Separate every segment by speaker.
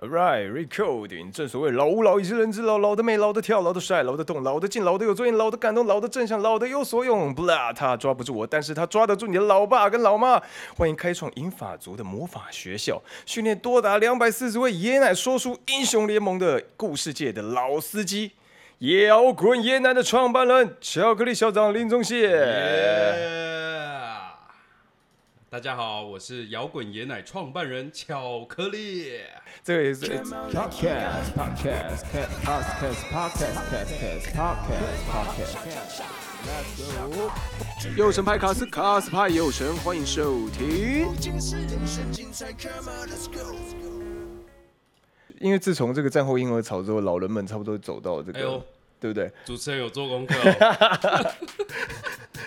Speaker 1: Right, recording。正所谓老吾老以至人之老，老的美，老的跳，老的帅，老的动，老的静，老的有尊严，老的感动，老的正向，老的有所用。不啦，他抓不住我，但是他抓得住你的老爸跟老妈。欢迎开创银法族的魔法学校，训练多达两百四十位爷奶说书英雄联盟的故事界的老司机，摇滚爷奶的创办人，巧克力校长林宗宪。
Speaker 2: Yeah 大家好，我是摇滚爷奶创办人巧克力。
Speaker 1: 这个也是
Speaker 3: Podcast, podcast, cat, podcast, podcast, podcast, podcast, podcast.
Speaker 1: 右神派卡斯卡斯派右神，欢迎收听。因为自从这个战后婴儿潮之后，老人们差不多走到这个，
Speaker 2: 哎呦
Speaker 1: 对不对？
Speaker 2: 主持人有做功课、 哦，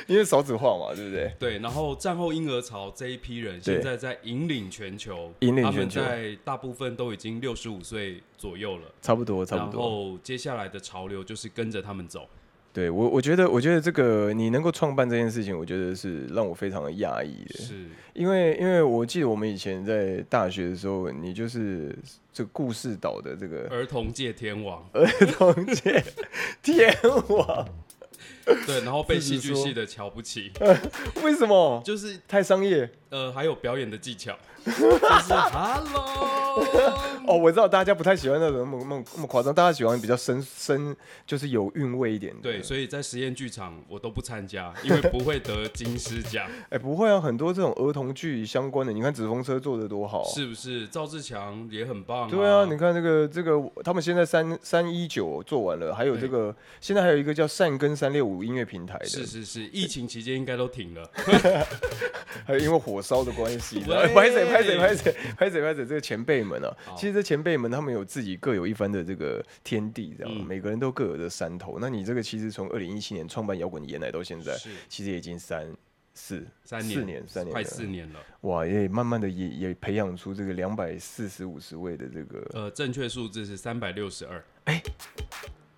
Speaker 1: 因为少子化嘛，对不对？
Speaker 2: 对。然后战后婴儿潮这一批人
Speaker 1: 对
Speaker 2: 现在在引领全球，
Speaker 1: 引领
Speaker 2: 他
Speaker 1: 全
Speaker 2: 们
Speaker 1: 球
Speaker 2: 在大部分都已经六十五岁左右了。
Speaker 1: 差不多，差
Speaker 2: 然
Speaker 1: 不多。
Speaker 2: 后接下来的潮流就是跟着他们走。
Speaker 1: 对我，我觉得，我觉得这个你能够创办这件事情，我觉得是让我非常的讶异的。
Speaker 2: 是，
Speaker 1: 因为因为我记得我们以前在大学的时候，你就是这个故事岛的这个
Speaker 2: 儿童界 天王。
Speaker 1: 儿童界 天王，
Speaker 2: 对，然后被戏
Speaker 1: 自
Speaker 2: 剧
Speaker 1: 己说
Speaker 2: 系的瞧 不起，
Speaker 1: 为什么？
Speaker 2: 就是
Speaker 1: 太商业
Speaker 2: 呃，还有表演的 技巧，就是 Hello，
Speaker 1: 哦，我知道大家不太喜欢那种那么那么那么夸张，大家喜欢比较深深，就是有韵味一点的。
Speaker 2: 对，所以在实验剧场我都不参加，因为不会得金狮 奖，
Speaker 1: 哎、不会啊，很多这种儿童剧相关的，你看纸风车做的多好、啊。
Speaker 2: 是不是？赵志强也很棒、
Speaker 1: 对啊，你看这个这个，他们现在三三一九做完了，还有这个现在还有一个叫善根三六五音乐平台的，
Speaker 2: 是是是，疫情期间应该都停了，
Speaker 1: 还有因为火烧的关系，
Speaker 2: 喂
Speaker 1: 然后拍谁拍谁拍谁拍谁拍谁，这个前辈们啊，其实这前辈们他们有自己各有一番的这个天地，这样、
Speaker 2: 嗯
Speaker 1: 每个人都各有的山头。那你这个其实从二零一七年创办摇滚爷奶到现在
Speaker 2: 是，
Speaker 1: 其实也已经三四
Speaker 2: 三
Speaker 1: 四年三年
Speaker 2: 快
Speaker 1: 了
Speaker 2: 四年了。
Speaker 1: 哇，也慢慢的也也培养出这个两百四十五十位的这个
Speaker 2: 呃，正确数字是三百六十二，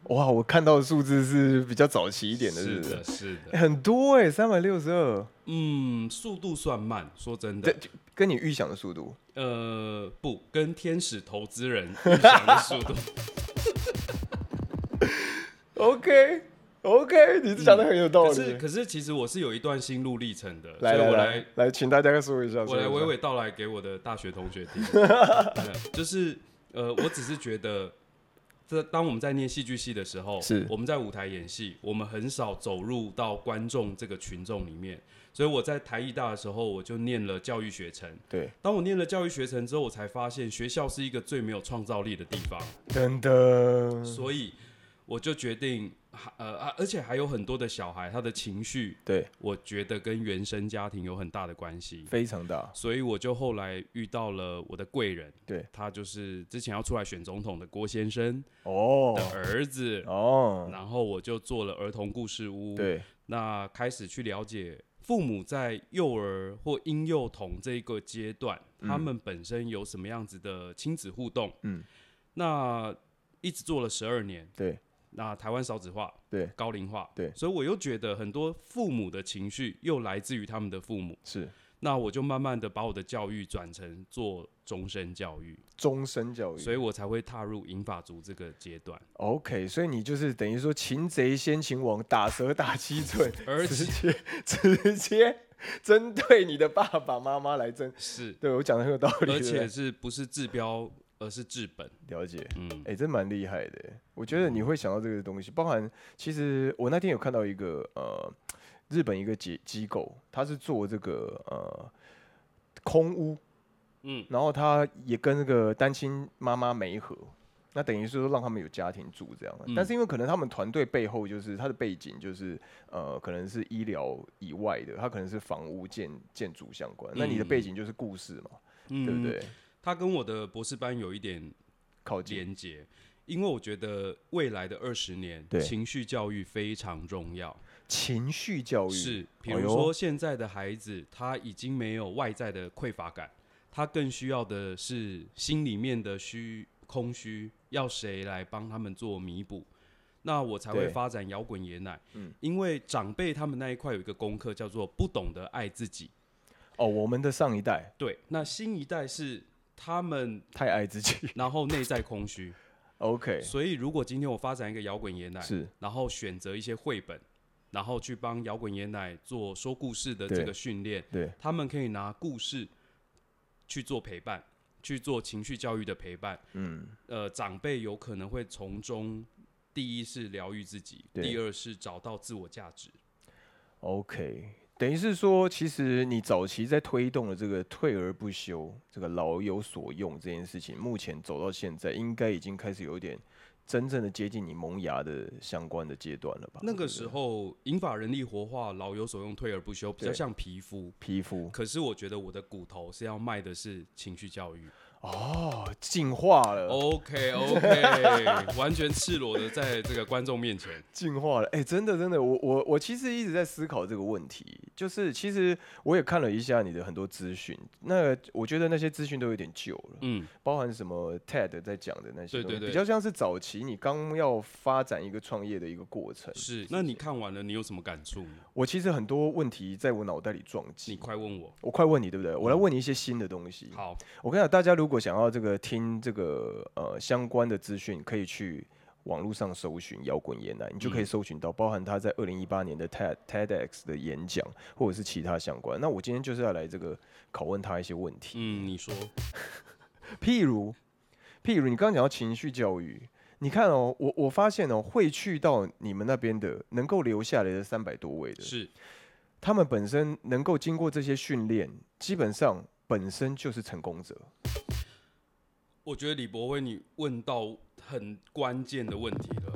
Speaker 1: 哇，我看到的数字是比较早期一点的，是
Speaker 2: 是
Speaker 1: 不是
Speaker 2: 的，？是
Speaker 1: 欸
Speaker 2: 的，
Speaker 1: 很多哎、欸，三百六十二，
Speaker 2: 嗯，速度算慢，说真
Speaker 1: 这
Speaker 2: 的，
Speaker 1: 就跟你预想的速度，
Speaker 2: 呃，不跟天使投资 人预想的速度
Speaker 1: OK OK，你这讲的很有道
Speaker 2: 可
Speaker 1: 理。
Speaker 2: 是，可是，其实我是有一段心路历程的，
Speaker 1: 哦来
Speaker 2: 所以
Speaker 1: 来
Speaker 2: 我
Speaker 1: 来
Speaker 2: 来，
Speaker 1: 来，请大家说一下，
Speaker 2: 我
Speaker 1: 说
Speaker 2: 来
Speaker 1: 一
Speaker 2: 娓
Speaker 1: 下
Speaker 2: 娓道来给我的大学同学听。对就是呃，我只是觉得，这当我们在念戏剧系的时候，
Speaker 1: 是
Speaker 2: 我们在舞台演戏，我们很少走入到观众这个群众里面。所以我在台艺大的时候，我就念了教育学程。
Speaker 1: 对，
Speaker 2: 当我念了教育学程之后，我才发现学校是一个最没有创造力的地方。
Speaker 1: 等等，
Speaker 2: 所以我就决定，还呃，啊而且还有很多的小孩，他的情绪，
Speaker 1: 对，
Speaker 2: 我觉得跟原生家庭有很大的关系。
Speaker 1: 非常大，
Speaker 2: 所以我就后来遇到了我的贵人，
Speaker 1: 对，
Speaker 2: 他就是之前要出来选总统的郭先生
Speaker 1: 哦
Speaker 2: 的儿子，
Speaker 1: 哦，
Speaker 2: 然后我就做了儿童故事屋，，
Speaker 1: 对，
Speaker 2: 那开始去了解父母在幼儿或婴幼童这一个阶段，他们本身有什么样子的亲子互动，
Speaker 1: 嗯，
Speaker 2: 那一直做了十二年，
Speaker 1: 对，
Speaker 2: 那台湾少子化，
Speaker 1: 对，
Speaker 2: 高龄化，
Speaker 1: 对
Speaker 2: 所以我又觉得很多父母的情绪又来自于他们的父母，
Speaker 1: 是
Speaker 2: 那我就慢慢的把我的教育转成做终身教育，
Speaker 1: 终身教育，
Speaker 2: 所以我才会踏入银法族这个阶段，
Speaker 1: OK，所以你就是等于说擒贼先擒王，打蛇打 七寸，
Speaker 2: 而
Speaker 1: 直
Speaker 2: 且
Speaker 1: 接直接针对你的爸爸妈妈来针，
Speaker 2: 是，
Speaker 1: 对我讲的很有道理，
Speaker 2: 而
Speaker 1: 对不对
Speaker 2: 且是不是治标，而是治本，
Speaker 1: 了解。
Speaker 2: 嗯，
Speaker 1: 哎、真蛮厉害的欸。我觉得你会想到这个东西，包含其实我那天有看到一个呃，日本一个机机构，它是做这个呃空屋，
Speaker 2: 嗯，
Speaker 1: 然后它也跟那个单亲妈妈媒合，那等于是说让他们有家庭住这样。但
Speaker 2: 嗯
Speaker 1: 是因为可能他们团队背后就是他的背景就是呃，可能是医疗以外的，他可能是房屋建建筑相关。那你的背
Speaker 2: 嗯
Speaker 1: 景就是故事嘛，
Speaker 2: 嗯
Speaker 1: 对不？对？
Speaker 2: 他跟我的博士班有一点
Speaker 1: 靠近
Speaker 2: 连结，因为我觉得未来的二十年
Speaker 1: 对，
Speaker 2: 情绪教育非常重要。
Speaker 1: 情绪教育
Speaker 2: 是，比
Speaker 1: 哎
Speaker 2: 如
Speaker 1: 呦
Speaker 2: 说现在的孩子，他已经没有外在的匮乏感，他更需要的是心里面的虚空虚，要谁来帮他们做弥补？那我才会
Speaker 1: 对
Speaker 2: 发展摇滚爷奶，
Speaker 1: 嗯
Speaker 2: 因为长辈他们那一块有一个功课叫做不懂得爱自己，
Speaker 1: 哦，我们的上一代。
Speaker 2: 对，那新一代是他们
Speaker 1: 太爱自己。
Speaker 2: 然后内在空虚。
Speaker 1: OK，
Speaker 2: 所以如果今天我发展一个摇滚爷奶，
Speaker 1: 是
Speaker 2: 然后选择一些绘本，然后去帮摇滚爷奶做说故事的这
Speaker 1: 对
Speaker 2: 个训练，
Speaker 1: 对，
Speaker 2: 他们可以拿故事去做陪伴，去做情绪教育的陪伴。
Speaker 1: 嗯，
Speaker 2: 呃，长辈有可能会从中，第一是疗愈自己，
Speaker 1: 对
Speaker 2: 第二是找到自我价值。
Speaker 1: OK，等于是说，其实你早期在推动了这个“退而不休”这个老有所用这件事情，目前走到现在，应该已经开始有一点真正的接近你萌芽的相关的阶段了吧？
Speaker 2: 那
Speaker 1: 对
Speaker 2: 个
Speaker 1: 不
Speaker 2: 时
Speaker 1: 啊对
Speaker 2: 候，银发人力活化，老有所用，退而不休，比较
Speaker 1: 对
Speaker 2: 像皮肤。
Speaker 1: 皮肤
Speaker 2: 可是我觉得我的骨头是要卖的是情绪教育。
Speaker 1: 哦，进化了，
Speaker 2: 哦 OK OK，完全赤裸的在这个观众面前。
Speaker 1: 进化了。哎、真的真的，我我我其实一直在思考这个问题，就是其实我也看了一下你的很多资讯，那我觉得那些资讯都有点旧了。
Speaker 2: 嗯，
Speaker 1: 包含什么 TED 在讲的那些
Speaker 2: 对
Speaker 1: 东西，
Speaker 2: 对对
Speaker 1: 比较像是早期你刚要发展一个创业的一个过程。
Speaker 2: 是。那你看完了，你有什么感触呢？
Speaker 1: 我其实很多问题在我脑袋里撞
Speaker 2: 你
Speaker 1: 击，
Speaker 2: 快问我。
Speaker 1: 我快问你，对不对？我来问你一些新的东西。
Speaker 2: 好，
Speaker 1: 我跟你讲，大家如果想要这个听这个呃相关的资讯，可以去网络上搜寻摇滚爷奶，你就
Speaker 2: 嗯
Speaker 1: 可以搜寻到，包含他在二零一八年的 TED TEDx 的演讲，或者是其他相关。那我今天就是要来这个拷问他一些问题。
Speaker 2: 嗯，你说，
Speaker 1: 譬如，譬如你刚刚讲到情绪教育，你看哦，我我发现哦，会去到你们那边的，能够留下来的三百多位的，
Speaker 2: 是
Speaker 1: 他们本身能够经过这些训练，基本上本身就是成功者。
Speaker 2: 我觉得李博威，你问到很关键的问题了。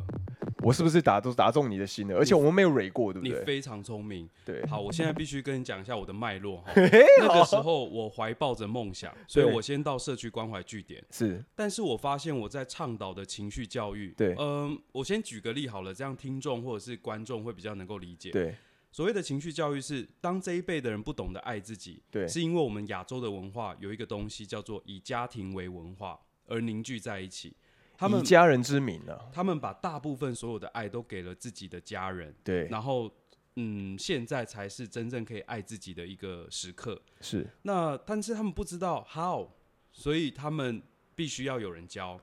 Speaker 1: 我是不是打都打中你的心了？而且我们没有蕊过，对不
Speaker 2: 你
Speaker 1: 对？
Speaker 2: 非常聪明。
Speaker 1: 对，
Speaker 2: 好，我现在必须跟你讲一下我的脉络 哈。那个时候我怀抱着梦想，所以
Speaker 1: 对
Speaker 2: 我先到社区关怀据点。
Speaker 1: 是
Speaker 2: 但是我发现我在倡导的情绪教育，
Speaker 1: 对
Speaker 2: 嗯、我先举个例好了，这样听众或者是观众会比较能够理解。
Speaker 1: 对
Speaker 2: 所谓的情绪教育是，当这一辈的人不懂得爱自己，
Speaker 1: 对
Speaker 2: 是因为我们亚洲的文化有一个东西叫做以家庭为文化而凝聚在一起，他们
Speaker 1: 以家人之名啊，
Speaker 2: 他们把大部分所有的爱都给了自己的家人，
Speaker 1: 对，
Speaker 2: 然后嗯，现在才是真正可以爱自己的一个时刻。
Speaker 1: 是
Speaker 2: 那但是他们不知道 how，所以他们必须要有人教，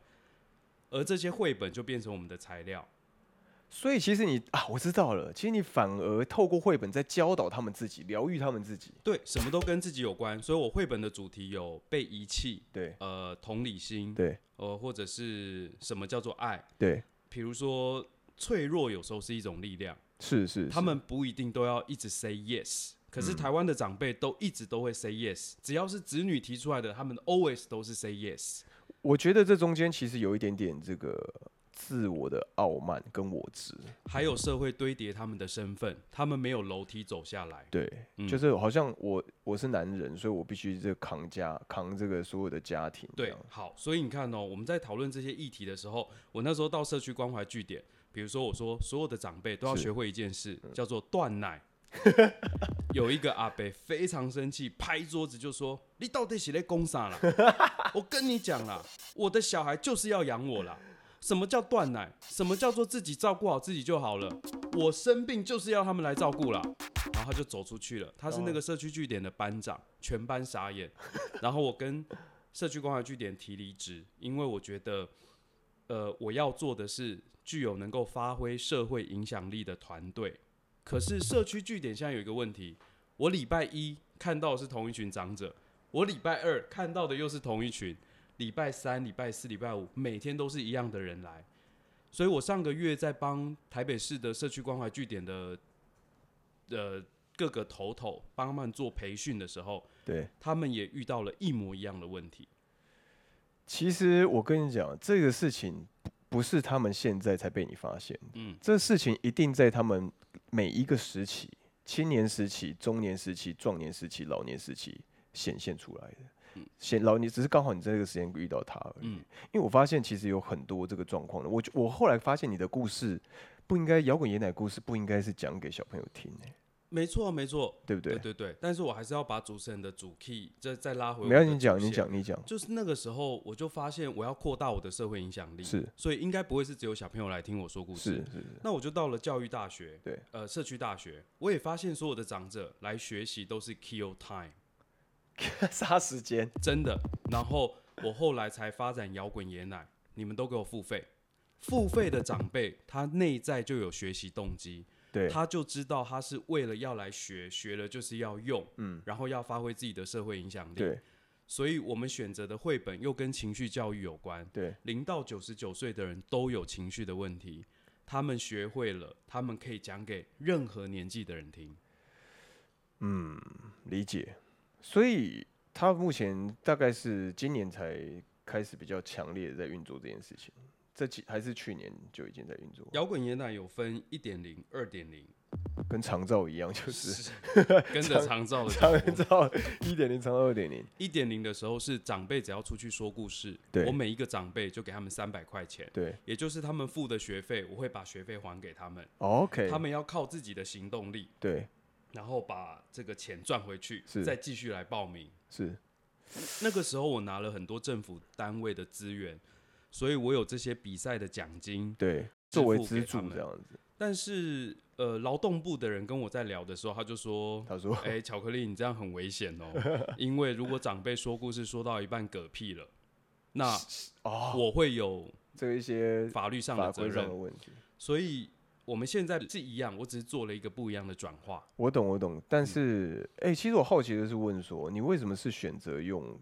Speaker 2: 而这些绘本就变成我们的材料。
Speaker 1: 所以其实你啊，我知道了。其实你反而透过绘本在教导他们自己，疗愈他们自己。
Speaker 2: 对，什么都跟自己有关，所以我绘本的主题有被遗弃，
Speaker 1: 对
Speaker 2: 呃，同理心，
Speaker 1: 对
Speaker 2: 呃，或者是什么叫做爱，
Speaker 1: 对，
Speaker 2: 比如说脆弱有时候是一种力量，
Speaker 1: 是是，嗯
Speaker 2: 他
Speaker 1: 是
Speaker 2: 们不一定都要一直 say yes，可是台湾的长辈都一直都会 say yes，、只要是子女提出来的，他们 always 都是 say yes。
Speaker 1: 我觉得这中间其实有一点点这个自我的傲慢跟我执，
Speaker 2: 还有社会堆叠他们的身份，他们没有楼梯走下来。
Speaker 1: 对，
Speaker 2: 嗯
Speaker 1: 就是好像我我是男人，所以我必须这个扛家扛这个所有的家庭这
Speaker 2: 对
Speaker 1: 样，，
Speaker 2: 好，所以你看哦，我们在讨论这些议题的时候，我那时候到社区关怀据点，比如说我说所有的长辈都要
Speaker 1: 是嗯
Speaker 2: 学会一件事，叫做断奶。 有一个阿伯非常生气，拍桌子就说：“你到底是在攻啥啦？我跟你讲啦，我的小孩就是要养我啦。什么叫断奶？什么叫做自己照顾好自己就好了？我生病就是要他们来照顾啦。”然后他就走出去了。他是那个社区据点的班长，全班傻眼。然后我跟社区关怀据点提离职，因为我觉得，呃，我要做的是具有能够发挥社会影响力的团队。可是社区据点现在有一个问题，我礼拜一看到的是同一群长者，我礼拜二看到的又是同一群，礼拜三、礼拜四、礼拜五每天都是一样的人来。所以我上个月在帮台北市的社区关怀据点的呃各个头头帮他们做培训的时候，
Speaker 1: 对。
Speaker 2: 他们也遇到了一模一样的问题。
Speaker 1: 其实我跟你讲，这个事情不不是他们现在才被你发现，嗯
Speaker 2: 嗯，
Speaker 1: 这事情一定在他们每一个时期，青年时期、中年时期、壮年时期、老年时期显现出来的。显老你只是刚好你在这个时间遇到他而已，
Speaker 2: 嗯
Speaker 1: 因为我发现其实有很多这个状况的。我我后来发现你的故事不应该摇滚爷奶故事不应该是讲给小朋友听、欸，
Speaker 2: 没错，没错，
Speaker 1: 对不对？
Speaker 2: 对对对。但是我还是要把主持人的主 key 再再拉回。
Speaker 1: 没有你讲，你。讲，你讲，
Speaker 2: 就是那个时候，我就发现我要扩大我的社会影响力，
Speaker 1: 是，
Speaker 2: 所以应该不会是只有小朋友来听我说故
Speaker 1: 是
Speaker 2: 事。
Speaker 1: 是 是，
Speaker 2: 那我就到了教育大学，
Speaker 1: 对，
Speaker 2: 呃，社区大学，我也发现所有的长者来学习都是 kill time，
Speaker 1: 杀时间，
Speaker 2: 真的。然后我后来才发展摇滚爷奶，你们都给我付费。付费的长辈，他内在就有学习动机，
Speaker 1: 对，
Speaker 2: 他就知道他是为了要来学，学了就是要用，嗯，然后要发挥自己的社会影响力。
Speaker 1: 对，
Speaker 2: 所以我们选择的绘本又跟情绪教育有关。
Speaker 1: 对，
Speaker 2: 零到九十九岁的人都有情绪的问题，他们学会了，他们可以讲给任何年纪的人听。
Speaker 1: 理解。所以他目前大概是今年才开始比较强烈的在运作这件事情，这几还是去年就已经在运作，
Speaker 2: 摇滚爷奶有分一点零、二点零，
Speaker 1: 跟长照一样， 就是
Speaker 2: 跟着长照的
Speaker 1: 长照一点零、长照二点零，
Speaker 2: 一点零的时候是长辈只要出去说故事，
Speaker 1: 对
Speaker 2: 我每一个长辈就给他们三百块钱，
Speaker 1: 对
Speaker 2: 也就是他们付的学费，我会把学费还给他们，
Speaker 1: ，OK，
Speaker 2: 他们要靠自己的行动力，
Speaker 1: 对
Speaker 2: 然后把这个钱赚回去，
Speaker 1: 是
Speaker 2: 再继续来报名。
Speaker 1: 是
Speaker 2: 那个时候我拿了很多政府单位的资源，所以我有这些比赛的奖金，
Speaker 1: 对，
Speaker 2: 支
Speaker 1: 作为
Speaker 2: 付给
Speaker 1: 支
Speaker 2: 他
Speaker 1: 柱
Speaker 2: 们
Speaker 1: 这样子。
Speaker 2: 但是呃，劳动部的人跟我在聊的时候，他 就说。
Speaker 1: 他说，
Speaker 2: 哎、巧克力，你这样很危险哦，因为如果长辈说故事说到一半嗝屁了，那
Speaker 1: 哦，
Speaker 2: 我会有
Speaker 1: 这个一些
Speaker 2: 法律上
Speaker 1: 法
Speaker 2: 的责
Speaker 1: 规上的
Speaker 2: 任，
Speaker 1: 问题，
Speaker 2: 所以我们现在是一样，我只是做了一个不一样的转化。
Speaker 1: 我懂我懂。
Speaker 2: 嗯
Speaker 1: 但是，哎、其实我好奇的是问说，你为什么是选择用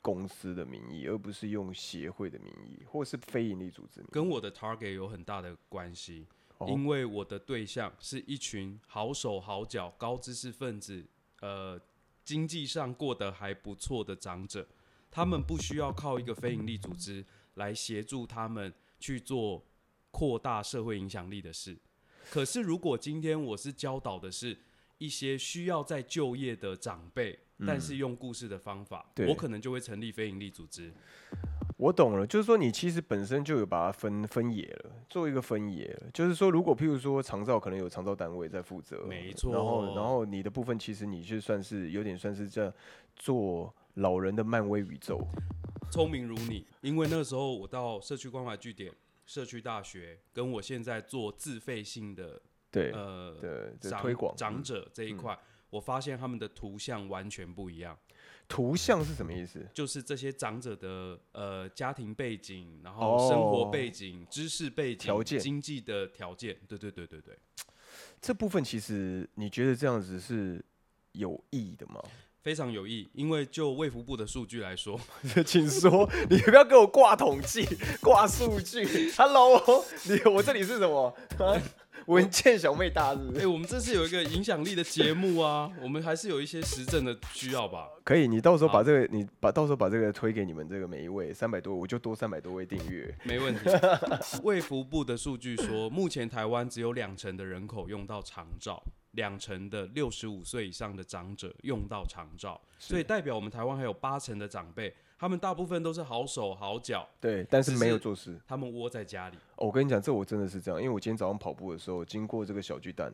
Speaker 1: 公司的名义，而不是用协会的名义，或是非营利组织名义？
Speaker 2: 跟我的 target 有很大的关系，
Speaker 1: 哦
Speaker 2: 因为我的对象是一群好手好脚、高知识分子，呃，经济上过得还不错的长者，他们不需要靠一个非营利组织来协助他们去做扩大社会影响力的事。可是，如果今天我是教导的是一些需要在就业的长辈，但是用故事的方法，
Speaker 1: 嗯对
Speaker 2: 我可能就会成立非营利组织。
Speaker 1: 我懂了，就是说你其实本身就有把它分分野了，做一个分野了。就是说，如果譬如说长照可能有长照单位在负责，
Speaker 2: 没
Speaker 1: 然后然
Speaker 2: 错
Speaker 1: 后你的部分其实你就算是有点算是在做老人的漫威宇宙，
Speaker 2: 呃聪明如你，因为那个时候我到社区关怀据点、社区大学，跟我现在做自费性的
Speaker 1: 对、
Speaker 2: 呃
Speaker 1: 的的
Speaker 2: 长
Speaker 1: 推广
Speaker 2: 长
Speaker 1: 嗯
Speaker 2: 者这一块，我发现他们的图像完全不一样，
Speaker 1: 图像是什么意思？
Speaker 2: 就是这些长者的呃家庭背景，然
Speaker 1: 哦
Speaker 2: 后生活背景、知识背景、
Speaker 1: 条件
Speaker 2: 经济的条件，对对对对对。
Speaker 1: 这部分其实你觉得这样子是有意义的吗？
Speaker 2: 非常有益，因为就卫福部的数据来说，
Speaker 1: 请说，你不要给我挂统计、挂数据。Hello，你我这里是什么？啊文件小妹大日
Speaker 2: 哎、我们这是有一个影响力的节目啊，我们还是有一些实证的需要吧。
Speaker 1: 可以，你到时候把
Speaker 2: 好
Speaker 1: 这个，你把到时候把这个推给你们这个每一位三百多，我就多三百多位订阅。
Speaker 2: 没 问题。卫福部的数据说，目前台湾只有两成的人口用到长照，两成的六十五岁以上的长者用到长照，所以代表我们台湾还有八成的长辈，他们大部分都是好手好脚，
Speaker 1: 对，但是
Speaker 2: 只
Speaker 1: 没有
Speaker 2: 是
Speaker 1: 做事。
Speaker 2: 他们窝在家里。
Speaker 1: 哦我跟你讲，这我真的是这样，因为我今天早上跑步的时候，经过这个小巨蛋，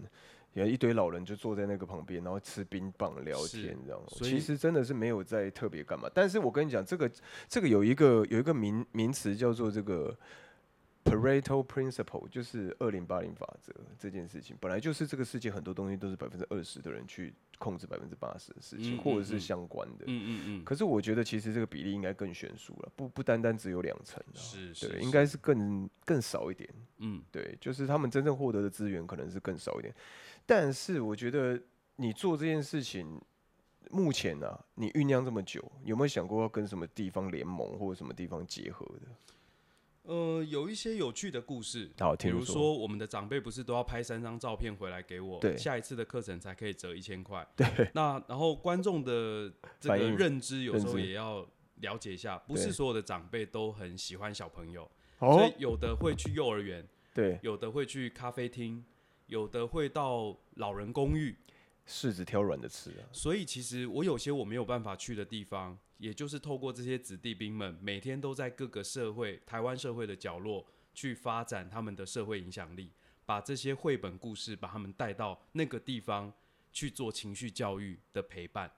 Speaker 1: 有一堆老人就坐在那个旁边，然后吃冰棒聊
Speaker 2: 是
Speaker 1: 天，这样。
Speaker 2: 所
Speaker 1: 其
Speaker 2: 以
Speaker 1: 实真的是没有在特别干嘛。但是我跟你讲，这个这个有一个有一个名名词叫做这个 Pareto Principle，就是二零八零法则这件事情，本来就是这个世界很多东西都是百分之二十的人去控制百分之八十的事情，
Speaker 2: 嗯
Speaker 1: 或者
Speaker 2: 嗯
Speaker 1: 是
Speaker 2: 嗯
Speaker 1: 相关的。
Speaker 2: 嗯嗯嗯，
Speaker 1: 可是我觉得其实这个比例应该更悬殊了，不不单单只有两成、啊，
Speaker 2: 是是
Speaker 1: 对，
Speaker 2: 是
Speaker 1: 应该是更更少一点。
Speaker 2: 嗯，
Speaker 1: 对，就是他们真正获得的资源可能是更少一点。但是我觉得你做这件事情，目前啊，你酝酿这么久，有没有想过要跟什么地方联盟或者什么地方结合的？
Speaker 2: 呃，有一些有趣的故事。
Speaker 1: 好，
Speaker 2: 比
Speaker 1: 听
Speaker 2: 如说，我们的长辈不是都要拍三张照片回来给我
Speaker 1: 对，
Speaker 2: 下一次的课程才可以折一千块。对， 那然后观众的这
Speaker 1: 反
Speaker 2: 个
Speaker 1: 应
Speaker 2: 认知有时
Speaker 1: 认
Speaker 2: 候
Speaker 1: 知
Speaker 2: 也要了解一下，不
Speaker 1: 对
Speaker 2: 是所有的长辈都很喜欢小朋友，所
Speaker 1: 哦
Speaker 2: 以，有的会去幼儿园，
Speaker 1: 对，
Speaker 2: 有的会去咖啡厅，有的会到老人公寓。
Speaker 1: 柿子挑软的吃啊，
Speaker 2: 所以其实我有些我没有办法去的地方，也就是透过这些子弟兵们每天都在各个社会、台湾社会的角落去发展他们的社会影响力，把这些绘本故事把他们带到那个地方去做情绪教育的陪伴。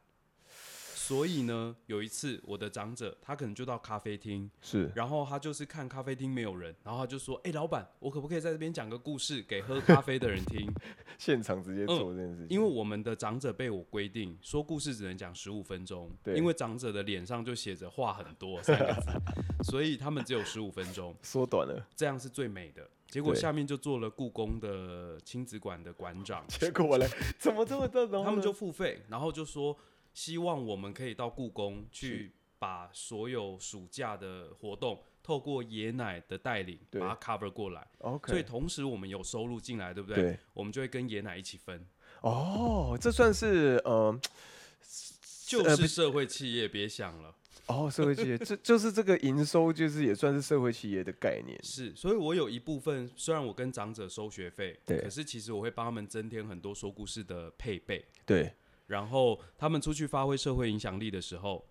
Speaker 2: 所以呢，有一次我的长者他可能就到咖啡厅，
Speaker 1: 是
Speaker 2: 然后他就是看咖啡厅没有人，然后他就说：“哎、老板，我可不可以在这边讲个故事给喝咖啡的人听？”
Speaker 1: 现场直接做这件事情，
Speaker 2: 嗯因为我们的长者被我规定说故事只能讲十五分钟，
Speaker 1: 对
Speaker 2: 因为长者的脸上就写着话很多三个字， 所以他们只有十五分钟，
Speaker 1: 缩短了，
Speaker 2: 这样是最美的。结果
Speaker 1: 对
Speaker 2: 下面就做了故宫的亲子馆的馆长，
Speaker 1: 结果我来怎么这么的，然后
Speaker 2: 他们
Speaker 1: 呢
Speaker 2: 就付费，然后就说希望我们可以到故宫去把所有暑假的活动透过爷奶的带领
Speaker 1: 对
Speaker 2: 把它 cover 过来。所以
Speaker 1: OK
Speaker 2: 同时我们有收入进来，对不对？
Speaker 1: 对呃
Speaker 2: 我们就会跟爷奶一起分，
Speaker 1: 哦，这算是呃
Speaker 2: 就
Speaker 1: 呃不
Speaker 2: 是社会企业，别想了。
Speaker 1: 哦社会企业，这就是这个营收就是也算是社会企业的概念，
Speaker 2: 是，所以我有一部分虽然我跟长者收学费，
Speaker 1: 对
Speaker 2: 可是其实我会帮他们增添很多说故事的配备，
Speaker 1: 对
Speaker 2: 然后他们出去发挥社会影响力的时候，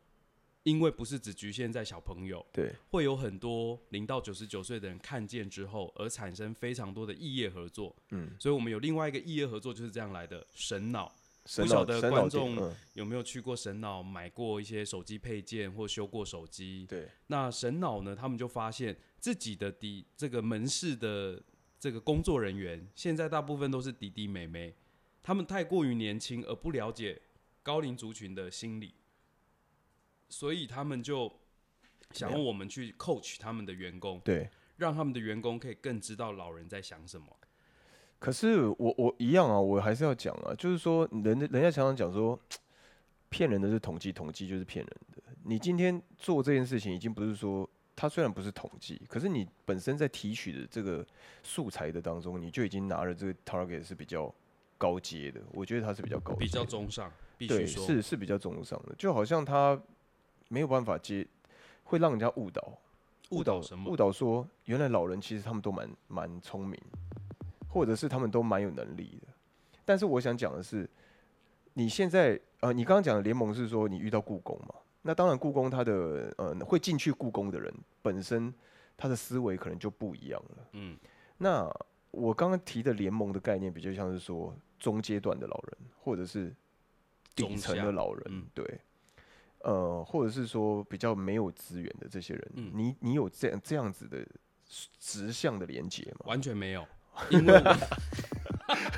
Speaker 2: 因为不是只局限在小朋友，
Speaker 1: 对
Speaker 2: 会有很多零到九十九岁的人看见之后，而产生非常多的异业合作。
Speaker 1: 嗯，
Speaker 2: 所以我们有另外一个异业合作就是这样来的。神脑
Speaker 1: 神
Speaker 2: 晓
Speaker 1: 脑
Speaker 2: 得
Speaker 1: 神
Speaker 2: 观
Speaker 1: 脑点
Speaker 2: 众
Speaker 1: 嗯
Speaker 2: 有没有去过神脑买过一些手机配件或修过手机？
Speaker 1: 对
Speaker 2: 那神脑呢，他们就发现自己的底这个门市的这个工作人员，现在大部分都是弟弟妹妹，他们太过于年轻而不了解高龄族群的心理，所以他们就想要我们去 coach 他们的员工，
Speaker 1: 对。
Speaker 2: 让他们的员工可以更知道老人在想什么。
Speaker 1: 可是我我一样啊，我还是要讲啊，就是说人家人家常常讲说，骗人的是统计，统计就是骗人的。你今天做这件事情，已经不是说它虽然不是统计，可是你本身在提取的这个素材的当中，你就已经拿了这个 target 是比较高阶的，我觉得它是比较高阶的，
Speaker 2: 比较中上，必须
Speaker 1: 对，
Speaker 2: 说
Speaker 1: 是是比较中上的，就好像他没有办法接，会让人家误导，
Speaker 2: 误导什么
Speaker 1: 误导说原来老人其实他们都蛮蛮聪明，或者是他们都蛮有能力的。但是我想讲的是，你现在呃，你刚刚讲的联盟是说你遇到故宫嘛？那当然，故宫它的呃会进去故宫的人本身他的思维可能就不一样了。
Speaker 2: 嗯，
Speaker 1: 那我刚刚提的联盟的概念，比较像是说中阶段的老人，或者是底
Speaker 2: 中
Speaker 1: 层
Speaker 2: 下
Speaker 1: 的老人，
Speaker 2: 嗯
Speaker 1: 对，呃，或者是说比较没有资源的这些人，
Speaker 2: 嗯
Speaker 1: 你你有这样这样子的直向的连接吗？
Speaker 2: 完全没 有，因为我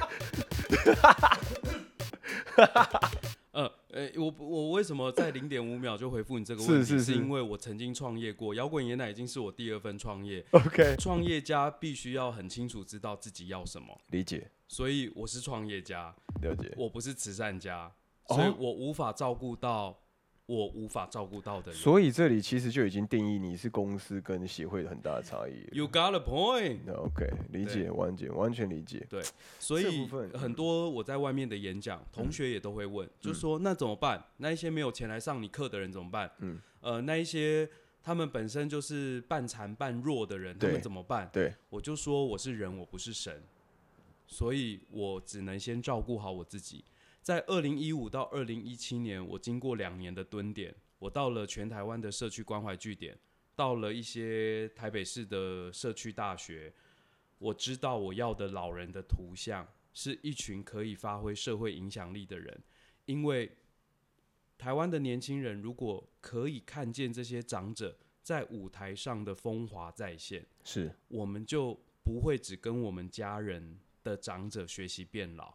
Speaker 2: 呃呃，我不我为什么在零点五秒就回复你这个问题？
Speaker 1: 是是是
Speaker 2: 因为我曾经创业过，摇滚爷奶已经是我第二份创业。
Speaker 1: OK，
Speaker 2: 创业家必须要很清楚知道自己要什么，
Speaker 1: 理解
Speaker 2: 所以我是创业家，
Speaker 1: 了解，
Speaker 2: 我不是慈善家，
Speaker 1: 哦
Speaker 2: 所以我无法照顾到我无法照顾到的人。
Speaker 1: 所以这里其实就已经定义你是公司跟协会的很大的差异了。
Speaker 2: You got a point。
Speaker 1: 那 OK，理
Speaker 2: 对
Speaker 1: 解，完全完全理解。
Speaker 2: 所
Speaker 1: 这
Speaker 2: 以
Speaker 1: 部分嗯
Speaker 2: 很多我在外面的演讲，同学也都会问，就说那怎么办？那一些没有钱来上你课的人怎么办？
Speaker 1: 嗯
Speaker 2: 呃，那一些他们本身就是半残半弱的人，他
Speaker 1: 对
Speaker 2: 们怎么办？
Speaker 1: 对，
Speaker 2: 我就说我是人，我不是神，所以我只能先照顾好我自己。在二零一五到二零一七年，我经过两年的蹲点，我到了全台湾的社区关怀据点，到了一些台北市的社区大学，我知道我要的老人的图像是一群可以发挥社会影响力的人，因为台湾的年轻人如果可以看见这些长者在舞台上的风华再现，
Speaker 1: 是
Speaker 2: 我们就不会只跟我们家人的长者学习变老。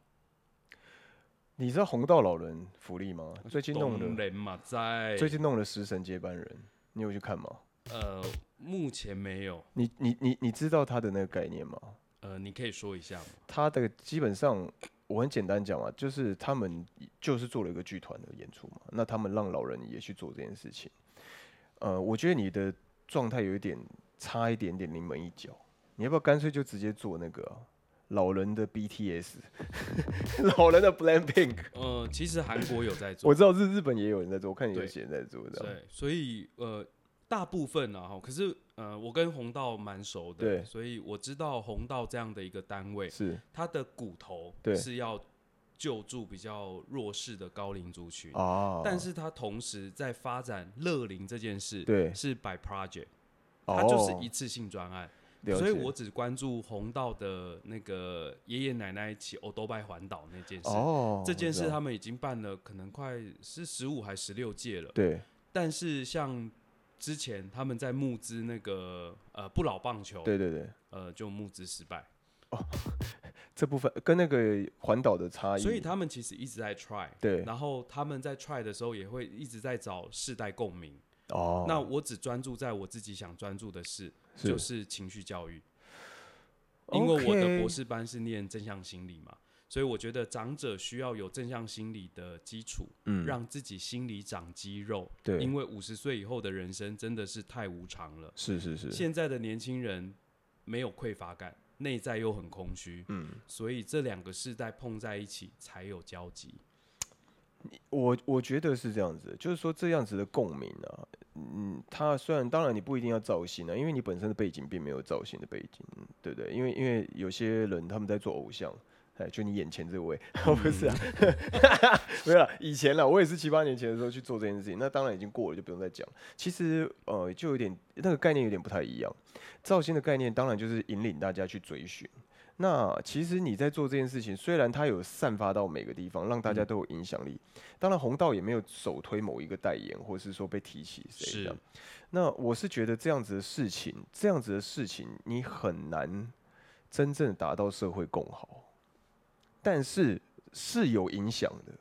Speaker 1: 你知道红道老人福利吗？啊最近弄的
Speaker 2: 当然嘛，在
Speaker 1: 最近弄了《食神接班人》，你有去看吗？
Speaker 2: 呃，目前没有。
Speaker 1: 你你你你知道他的那个概念吗？
Speaker 2: 呃，你可以说一下吗？
Speaker 1: 他的基本上，我很简单讲啊，就是他们就是做了一个剧团的演出嘛，那他们让老人也去做这件事情。呃，我觉得你的状态有一点差一点点临门一脚，你要不要干脆就直接做那个啊、老人的 BTS，老人的 BLACKPINK？
Speaker 2: 呃，其实韩国有在做
Speaker 1: 我，知道日日本也有人在做，我看有
Speaker 2: 对
Speaker 1: 些人在做这样。
Speaker 2: 对，所以呃，大部分啊，哈，可是呃，我跟红道蛮熟的，
Speaker 1: 对
Speaker 2: 所以我知道红道这样的一个单位，
Speaker 1: 是
Speaker 2: 它的骨头
Speaker 1: 对
Speaker 2: 是要救助比较弱势的高龄族群，
Speaker 1: 啊，
Speaker 2: 但是它同时在发展乐龄这件事，
Speaker 1: 对
Speaker 2: 是 by project，它就是一次性专案。
Speaker 1: 哦了
Speaker 2: 所以
Speaker 1: 解
Speaker 2: 我只关注红道的那个爷爷奶奶骑欧都拜环岛那件事。
Speaker 1: 哦，
Speaker 2: 这件
Speaker 1: 我
Speaker 2: 事
Speaker 1: 知道
Speaker 2: 他们已经办了，可能快是十五还十六届了。
Speaker 1: 对
Speaker 2: 但是像之前他们在募资那个呃不老棒球，
Speaker 1: 对对对，
Speaker 2: 呃就募资失败，
Speaker 1: 这部分跟那个环岛的差异，
Speaker 2: 所以他们其实一直在 try。
Speaker 1: 啊对
Speaker 2: 然后他们在 try 的时候也会一直在找世代共鸣。
Speaker 1: 哦，
Speaker 2: 那我只专注在我自己想专注的事，
Speaker 1: 是
Speaker 2: 就是情绪教育。因为我的
Speaker 1: OK
Speaker 2: 博士班是念正向心理嘛，所以我觉得长者需要有正向心理的基础，
Speaker 1: 嗯
Speaker 2: 让自己心里长肌肉。
Speaker 1: 对
Speaker 2: 因为五十岁以后的人生真的是太无常了。
Speaker 1: 是是是，
Speaker 2: 现在的年轻人没有匮乏感，内在又很空虚，
Speaker 1: 嗯，
Speaker 2: 所以这两个世代碰在一起才有交集。
Speaker 1: 我我觉得是这样子，就是说这样子的共鸣啊，嗯，它虽然当然你不一定要造型啊，因为你本身的背景并没有造型的背景，嗯对不对？因为因为有些人他们在做偶像。哎，就你眼前这位， 不是啊，没有啦，以前啦，我也是七八年前的时候去做这件事情，那当然已经过了，就不用再讲。其实，呃，就有点那个概念有点不太一样。造星的概念当然就是引领大家去追寻。那其实你在做这件事情，虽然它有散发到每个地方，让大家
Speaker 2: 嗯
Speaker 1: 都有影响力，当然，红道也没有首推某一个代言，或是说被提起谁这样。那我是觉得这样子的事情，这样子的事情，你很难真正达到社会共好，但是是有影响的。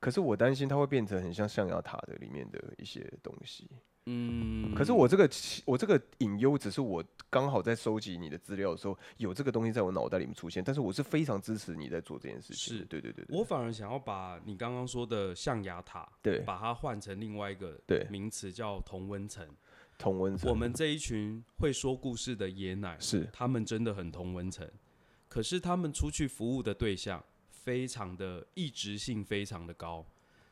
Speaker 1: 可是我担心它会变成很像象牙塔的里面的一些东西。
Speaker 2: 嗯，
Speaker 1: 可是我这个其我这个隐忧，只是我刚好在收集你的资料的时候，有这个东西在我脑袋里面出现。但是我是非常支持你在做这件事情的。
Speaker 2: 是
Speaker 1: 对对对对，
Speaker 2: 我反而想要把你刚刚说的象牙塔，
Speaker 1: 对
Speaker 2: 把它换成另外一个
Speaker 1: 对
Speaker 2: 名词叫同温层。
Speaker 1: 同温层
Speaker 2: 我们这一群会说故事的爷奶，
Speaker 1: 是
Speaker 2: 他们真的很同温层，可是他们出去服务的对象非常的异质性非常的高，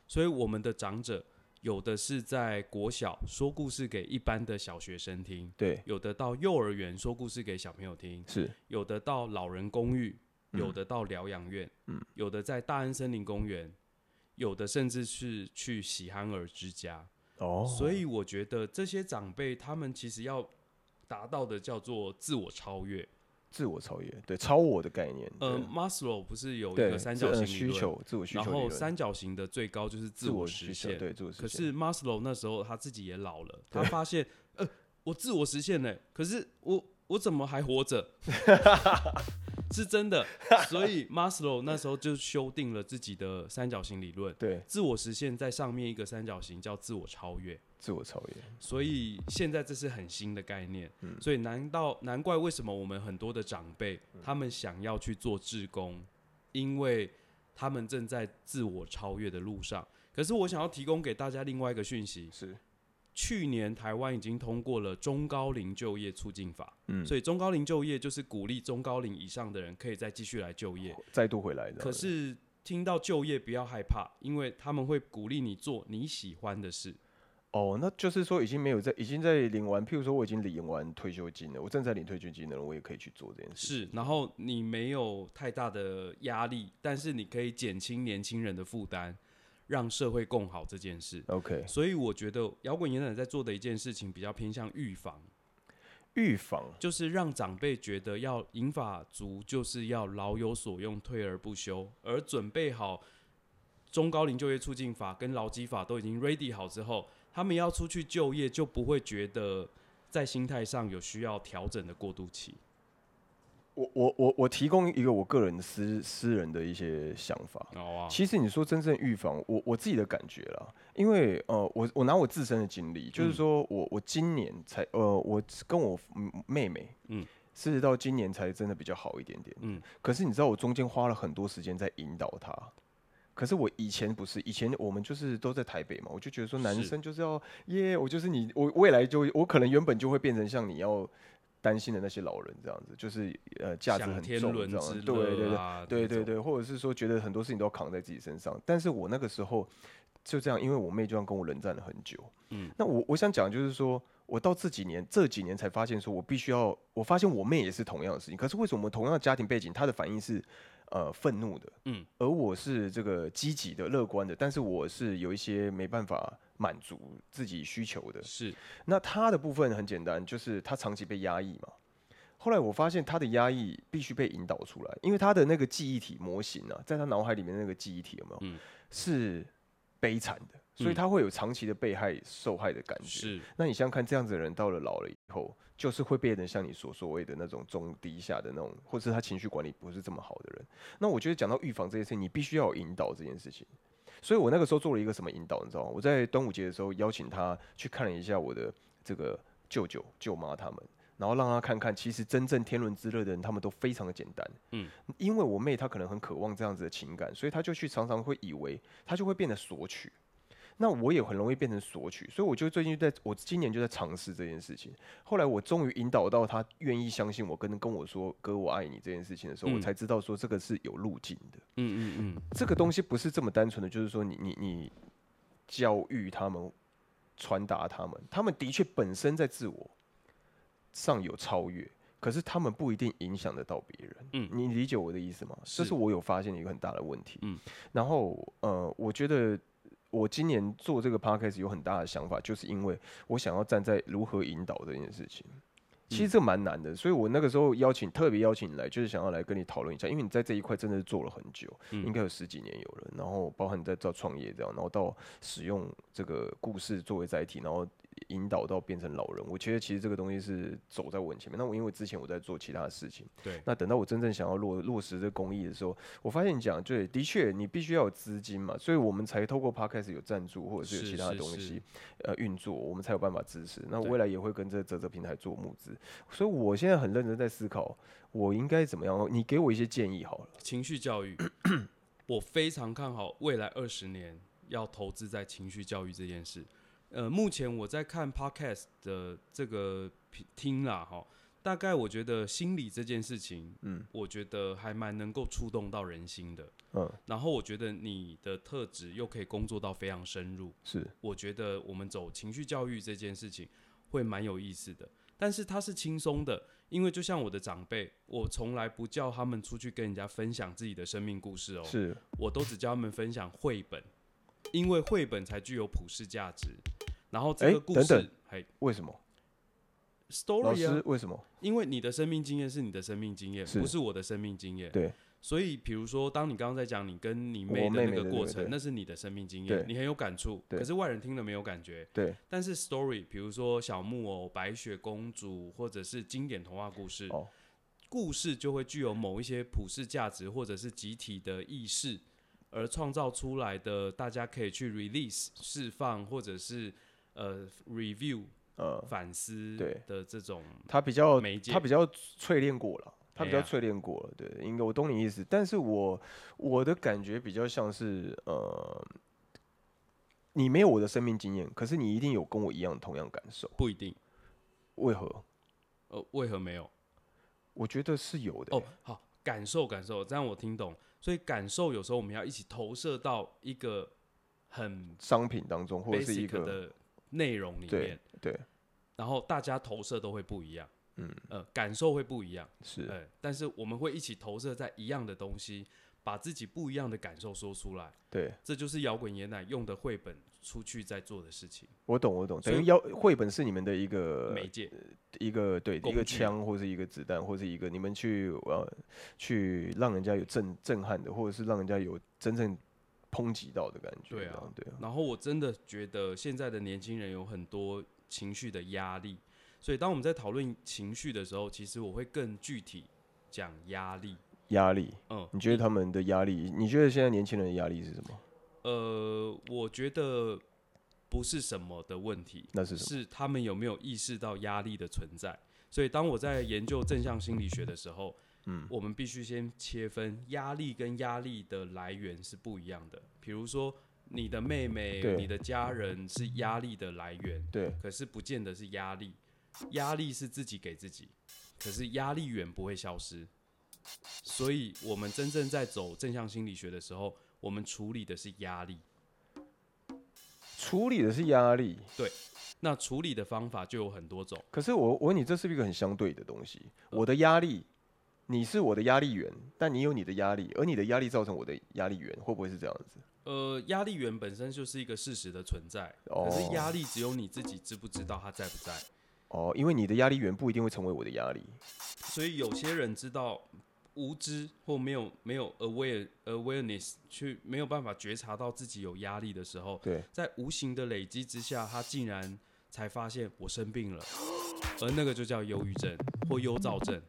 Speaker 2: 所以我们的长者有的是在国小说故事给一般的小学生听，
Speaker 1: 对
Speaker 2: 有的到幼儿园说故事给小朋友听，
Speaker 1: 是
Speaker 2: 有的到老人公寓，有的到疗养院，
Speaker 1: 嗯
Speaker 2: 有的在大安森林公园，有的甚至是去喜憨儿之家。
Speaker 1: 哦
Speaker 2: 所以我觉得这些长辈他们其实要达到的叫做自我超越。
Speaker 1: 自我超越，对超我的概念，
Speaker 2: 呃
Speaker 1: 对
Speaker 2: ，Maslow 不是有一
Speaker 1: 对
Speaker 2: 个三
Speaker 1: 自
Speaker 2: 角
Speaker 1: 呃
Speaker 2: 形理
Speaker 1: 需
Speaker 2: 论，
Speaker 1: 求，自我需求
Speaker 2: 然
Speaker 1: 理
Speaker 2: 后
Speaker 1: 论，
Speaker 2: 三角形的最高就是自
Speaker 1: 自
Speaker 2: 我
Speaker 1: 需
Speaker 2: 实
Speaker 1: 求，
Speaker 2: 现。
Speaker 1: 对自我实
Speaker 2: 可
Speaker 1: 现，
Speaker 2: 是 Maslow 那时候他自己也老了，他发现，呃，我自我实现了，可是我我怎么还活着？ 是真的，所以 Maslow 那时候就修订了自己的三角形理论，
Speaker 1: 对
Speaker 2: 自我实现在上面一个三角形叫自我超越。
Speaker 1: 自我超越，
Speaker 2: 所以现在这是很新的概念，所以难道难怪为什么我们很多的长辈他们想要去做志工，因为他们正在自我超越的路上。可是我想要提供给大家另外一个讯息：
Speaker 1: 是
Speaker 2: 去年台湾已经通过了中高龄就业促进法，
Speaker 1: 嗯
Speaker 2: 所以中高龄就业就是鼓励中高龄以上的人可以再继续来就业。
Speaker 1: 再度回来的。
Speaker 2: 可是听到就业不要害怕，因为他们会鼓励你做你喜欢的事。
Speaker 1: 哦，那就是说已经没有在，已经在领完，譬如说我已经领完退休金了，我正在领退休金的人，我也可以去做这件事。
Speaker 2: 是，然后你没有太大的压力，但是你可以减轻年轻人的负担，让社会共好这件事。
Speaker 1: OK，
Speaker 2: 所以我觉得摇滚演讲在做的一件事情比较偏向预防，
Speaker 1: 预防
Speaker 2: 就是让长辈觉得要银发族就是要老有所用，退而不休，而准备好中高龄就业促进法跟劳基法都已经 ready 好之后，他们要出去就业就不会觉得在心态上有需要调整的过渡期。
Speaker 1: 我我我我提供一个我个人私私人的一些想法。
Speaker 2: 哦、啊，
Speaker 1: 其实你说真正预防，我我自己的感觉啦，因为呃，我我拿我自身的经历，就是
Speaker 2: 嗯
Speaker 1: 说我我今年才呃，我跟我嗯妹妹，嗯
Speaker 2: 嗯，
Speaker 1: 是到今年才真的比较好一点点，嗯
Speaker 2: 嗯。
Speaker 1: 可是你知道，我中间花了很多时间在引导她。可是我以前不是，以前我们就是都在台北嘛，我就觉得说男
Speaker 2: 是
Speaker 1: 生就是要耶我就是你，我未来就我可能原本就会变成像你要担心的那些老人这样子，就是呃价值
Speaker 2: 享
Speaker 1: 很
Speaker 2: 天
Speaker 1: 重
Speaker 2: 伦
Speaker 1: 这样
Speaker 2: 之
Speaker 1: 子，对对对
Speaker 2: 乐，啊
Speaker 1: 对
Speaker 2: 这
Speaker 1: 对
Speaker 2: 种
Speaker 1: 对，或者是说觉得很多事情都要扛在自己身上。但是我那个时候就这样，因为我妹就这样跟我冷战了很久。嗯
Speaker 2: 嗯，
Speaker 1: 那我我想讲的就是说，我到这几年这几年才发现，说我必须要，我发现我妹也是同样的事情。可是为什么同样的家庭背景，她的反应是呃愤怒的，嗯
Speaker 2: 嗯，
Speaker 1: 而我是这个积极的、乐观的，但是我是有一些没办法满足自己需求的。
Speaker 2: 是
Speaker 1: 那他的部分很简单，就是他长期被压抑嘛。后来我发现他的压抑必须被引导出来，因为他的那个记忆体模型啊，在他脑海里面那个记忆体有没有、
Speaker 2: 嗯
Speaker 1: 是悲惨的，所以
Speaker 2: 嗯
Speaker 1: 他会有长期的被害受害的感觉。
Speaker 2: 是
Speaker 1: 那你想想看，这样子的人到了老了以后，就是会变成像你所所谓的那种中低下的那种，或是他情绪管理不是这么好的人。那我觉得讲到预防这件事情，你必须要有引导这件事情。所以我那个时候做了一个什么引导，你知道吗？我在端午节的时候邀请他去看了一下我的这个舅舅、舅妈他们，然后让他看看，其实真正天伦之乐的人，他们都非常的简单。
Speaker 2: 嗯，
Speaker 1: 因为我妹她可能很渴望这样子的情感，所以她就去常常会以为，她就会变得索取。那我也很容易变成索取，所以我就最近就在我今年就在尝试这件事情。后来我终于引导到她愿意相信我，跟跟我说“哥，我爱你”这件事情的时候，我
Speaker 2: 嗯
Speaker 1: 才知道说这个是有路径的。
Speaker 2: 嗯嗯嗯，
Speaker 1: 这个东西不是这么单纯的，就是说你你你教育他们，传达他们，他们的确本身在自我上有超越，可是他们不一定影响得到别人。
Speaker 2: 嗯
Speaker 1: 你理解我的意思吗？这
Speaker 2: 是
Speaker 1: 是我有发现的一个很大的问题。
Speaker 2: 嗯，
Speaker 1: 然后呃，我觉得我今年做这个 podcast 有很大的想法，就是因为我想要站在如何引导这件事情。
Speaker 2: 嗯
Speaker 1: 其实这蛮难的，所以我那个时候邀请特别邀请你来，就是想要来跟你讨论一下，因为你在这一块真的是做了很久，
Speaker 2: 嗯
Speaker 1: 应该有十几年有了。然后包含你在到创业这样，然后到使用这个故事作为载体，然后引导到变成老人。我觉得其实这个东西是走在我很前面。那我因为之前我在做其他的事情，
Speaker 2: 对，
Speaker 1: 那等到我真正想要落落实这公益的时候，我发现你讲对，的确你必须要有资金嘛，所以我们才透过 podcast 有赞助或者是有
Speaker 2: 是
Speaker 1: 其他的
Speaker 2: 是
Speaker 1: 东西
Speaker 2: 是
Speaker 1: 呃运作，我们才有办法支持。那
Speaker 2: 对
Speaker 1: 未来也会跟这泽泽平台做募资，所以我现在很认真在思考，我应该怎么样？你给我一些建议好了。
Speaker 2: 情绪教育，我非常看好未来二十年要投资在情绪教育这件事。呃，目前我在看 podcast 的这个频听啦，哈，大概我觉得心理这件事情，
Speaker 1: 嗯，
Speaker 2: 我觉得还蛮能够触动到人心的。
Speaker 1: 嗯，
Speaker 2: 然后我觉得你的特质又可以工作到非常深入，
Speaker 1: 是
Speaker 2: 我觉得我们走情绪教育这件事情会蛮有意思的，但是它是轻松的，因为就像我的长辈，我从来不叫他们出去跟人家分享自己的生命故事哦，
Speaker 1: 是，
Speaker 2: 我都只叫他们分享绘本，因为绘本才具有普世价值。然后这
Speaker 1: 哎
Speaker 2: 个故
Speaker 1: 等
Speaker 2: 事
Speaker 1: 等，
Speaker 2: 嘿
Speaker 1: 为什么？老
Speaker 2: story
Speaker 1: 师
Speaker 2: 啊，
Speaker 1: 为什么？
Speaker 2: 因为你的生命经验是你的生命经验，
Speaker 1: 是
Speaker 2: 不是我的生命经验。
Speaker 1: 对，
Speaker 2: 所以，比如说，当你刚刚在讲你跟你
Speaker 1: 我
Speaker 2: 妹
Speaker 1: 妹妹
Speaker 2: 的那个
Speaker 1: 的那
Speaker 2: 过
Speaker 1: 个
Speaker 2: 程
Speaker 1: 对，
Speaker 2: 那是你的生命经
Speaker 1: 对
Speaker 2: 验，你很有感触。
Speaker 1: 对
Speaker 2: 可是外人听了没有感觉。
Speaker 1: 对，
Speaker 2: 但是 story，比如说小木偶、白雪公主，或者是经典童话故事，
Speaker 1: 哦
Speaker 2: 故事就会具有某一些普世价值，或者是集体的意识，而创造出来的，大家可以去 release 释放，或者是呃 review
Speaker 1: 呃，
Speaker 2: 反思
Speaker 1: 对
Speaker 2: 的这种
Speaker 1: 他比较
Speaker 2: 嗯媒介
Speaker 1: 他。比较淬炼过了，他比较
Speaker 2: 哎呀
Speaker 1: 淬炼过了，对，应该我懂你意思，但是我我的感觉比较像是呃，你没有我的生命经验，可是你一定有跟我一样同样感受，
Speaker 2: 不一定，
Speaker 1: 为何？
Speaker 2: 呃，为何没有？
Speaker 1: 我觉得是有的、
Speaker 2: 哦，好，感受感受，这样我听懂。所以感受有时候我们要一起投射到一个很
Speaker 1: 商品当中或者是一
Speaker 2: basic
Speaker 1: 个
Speaker 2: 的内容里
Speaker 1: 对
Speaker 2: 面，
Speaker 1: 对
Speaker 2: 然后大家投射都会不一样，
Speaker 1: 嗯，
Speaker 2: 呃，感受会不一样，
Speaker 1: 是
Speaker 2: 呃，但是我们会一起投射在一样的东西，把自己不一样的感受说出来，
Speaker 1: 对，
Speaker 2: 这就是摇滚爷奶用的绘本出去在做的事情，
Speaker 1: 我懂我懂，
Speaker 2: 所以
Speaker 1: 等于要绘本是你们的一个
Speaker 2: 媒介
Speaker 1: 一个对一
Speaker 2: 工
Speaker 1: 个
Speaker 2: 具
Speaker 1: 枪或是一个子弹或是一个你们去呃去让人家有震震撼的，或者是让人家有真正抨击到的感觉。
Speaker 2: 对
Speaker 1: 这
Speaker 2: 啊
Speaker 1: 样对啊，
Speaker 2: 然后我真的觉得现在的年轻人有很多情绪的压力，所以当我们在讨论情绪的时候，其实我会更具体讲压力。
Speaker 1: 压力，
Speaker 2: 嗯，
Speaker 1: 你觉得他们的压力？你觉得现在年轻人的压力是什么？
Speaker 2: 呃，我觉得不是什么的问题，
Speaker 1: 那是什么？
Speaker 2: 是他们有没有意识到压力的存在。所以当我在研究正向心理学的时候，
Speaker 1: 嗯，
Speaker 2: 我们必须先切分压力跟压力的来源是不一样的。比如说，你的妹妹
Speaker 1: 对、
Speaker 2: 你的家人是压力的来源，
Speaker 1: 对，
Speaker 2: 可是不见得是压力，压力是自己给自己，可是压力远不会消失。所以，我们真正在走正向心理学的时候，我们处理的是压力。
Speaker 1: 处理的是压力，
Speaker 2: 那处理的方法就有很多种。
Speaker 1: 可是我我问你，这是不是一个很相对的东西？
Speaker 2: 嗯
Speaker 1: 我的压力，你是我的压力源，但你有你的压力，而你的压力造成我的压力源，会不会是这样子？
Speaker 2: 呃，压力源本身就是一个事实的存在，
Speaker 1: 哦
Speaker 2: 可是压力只有你自己知不知道它在不在。
Speaker 1: 哦，因为你的压力源不一定会成为我的压力，
Speaker 2: 所以有些人知道无知或没有没有 aware awareness 去没有办法觉察到自己有压力的时候，
Speaker 1: 对，
Speaker 2: 在无形的累积之下，他竟然才发现我生病了，而那个就叫忧郁症或忧躁症。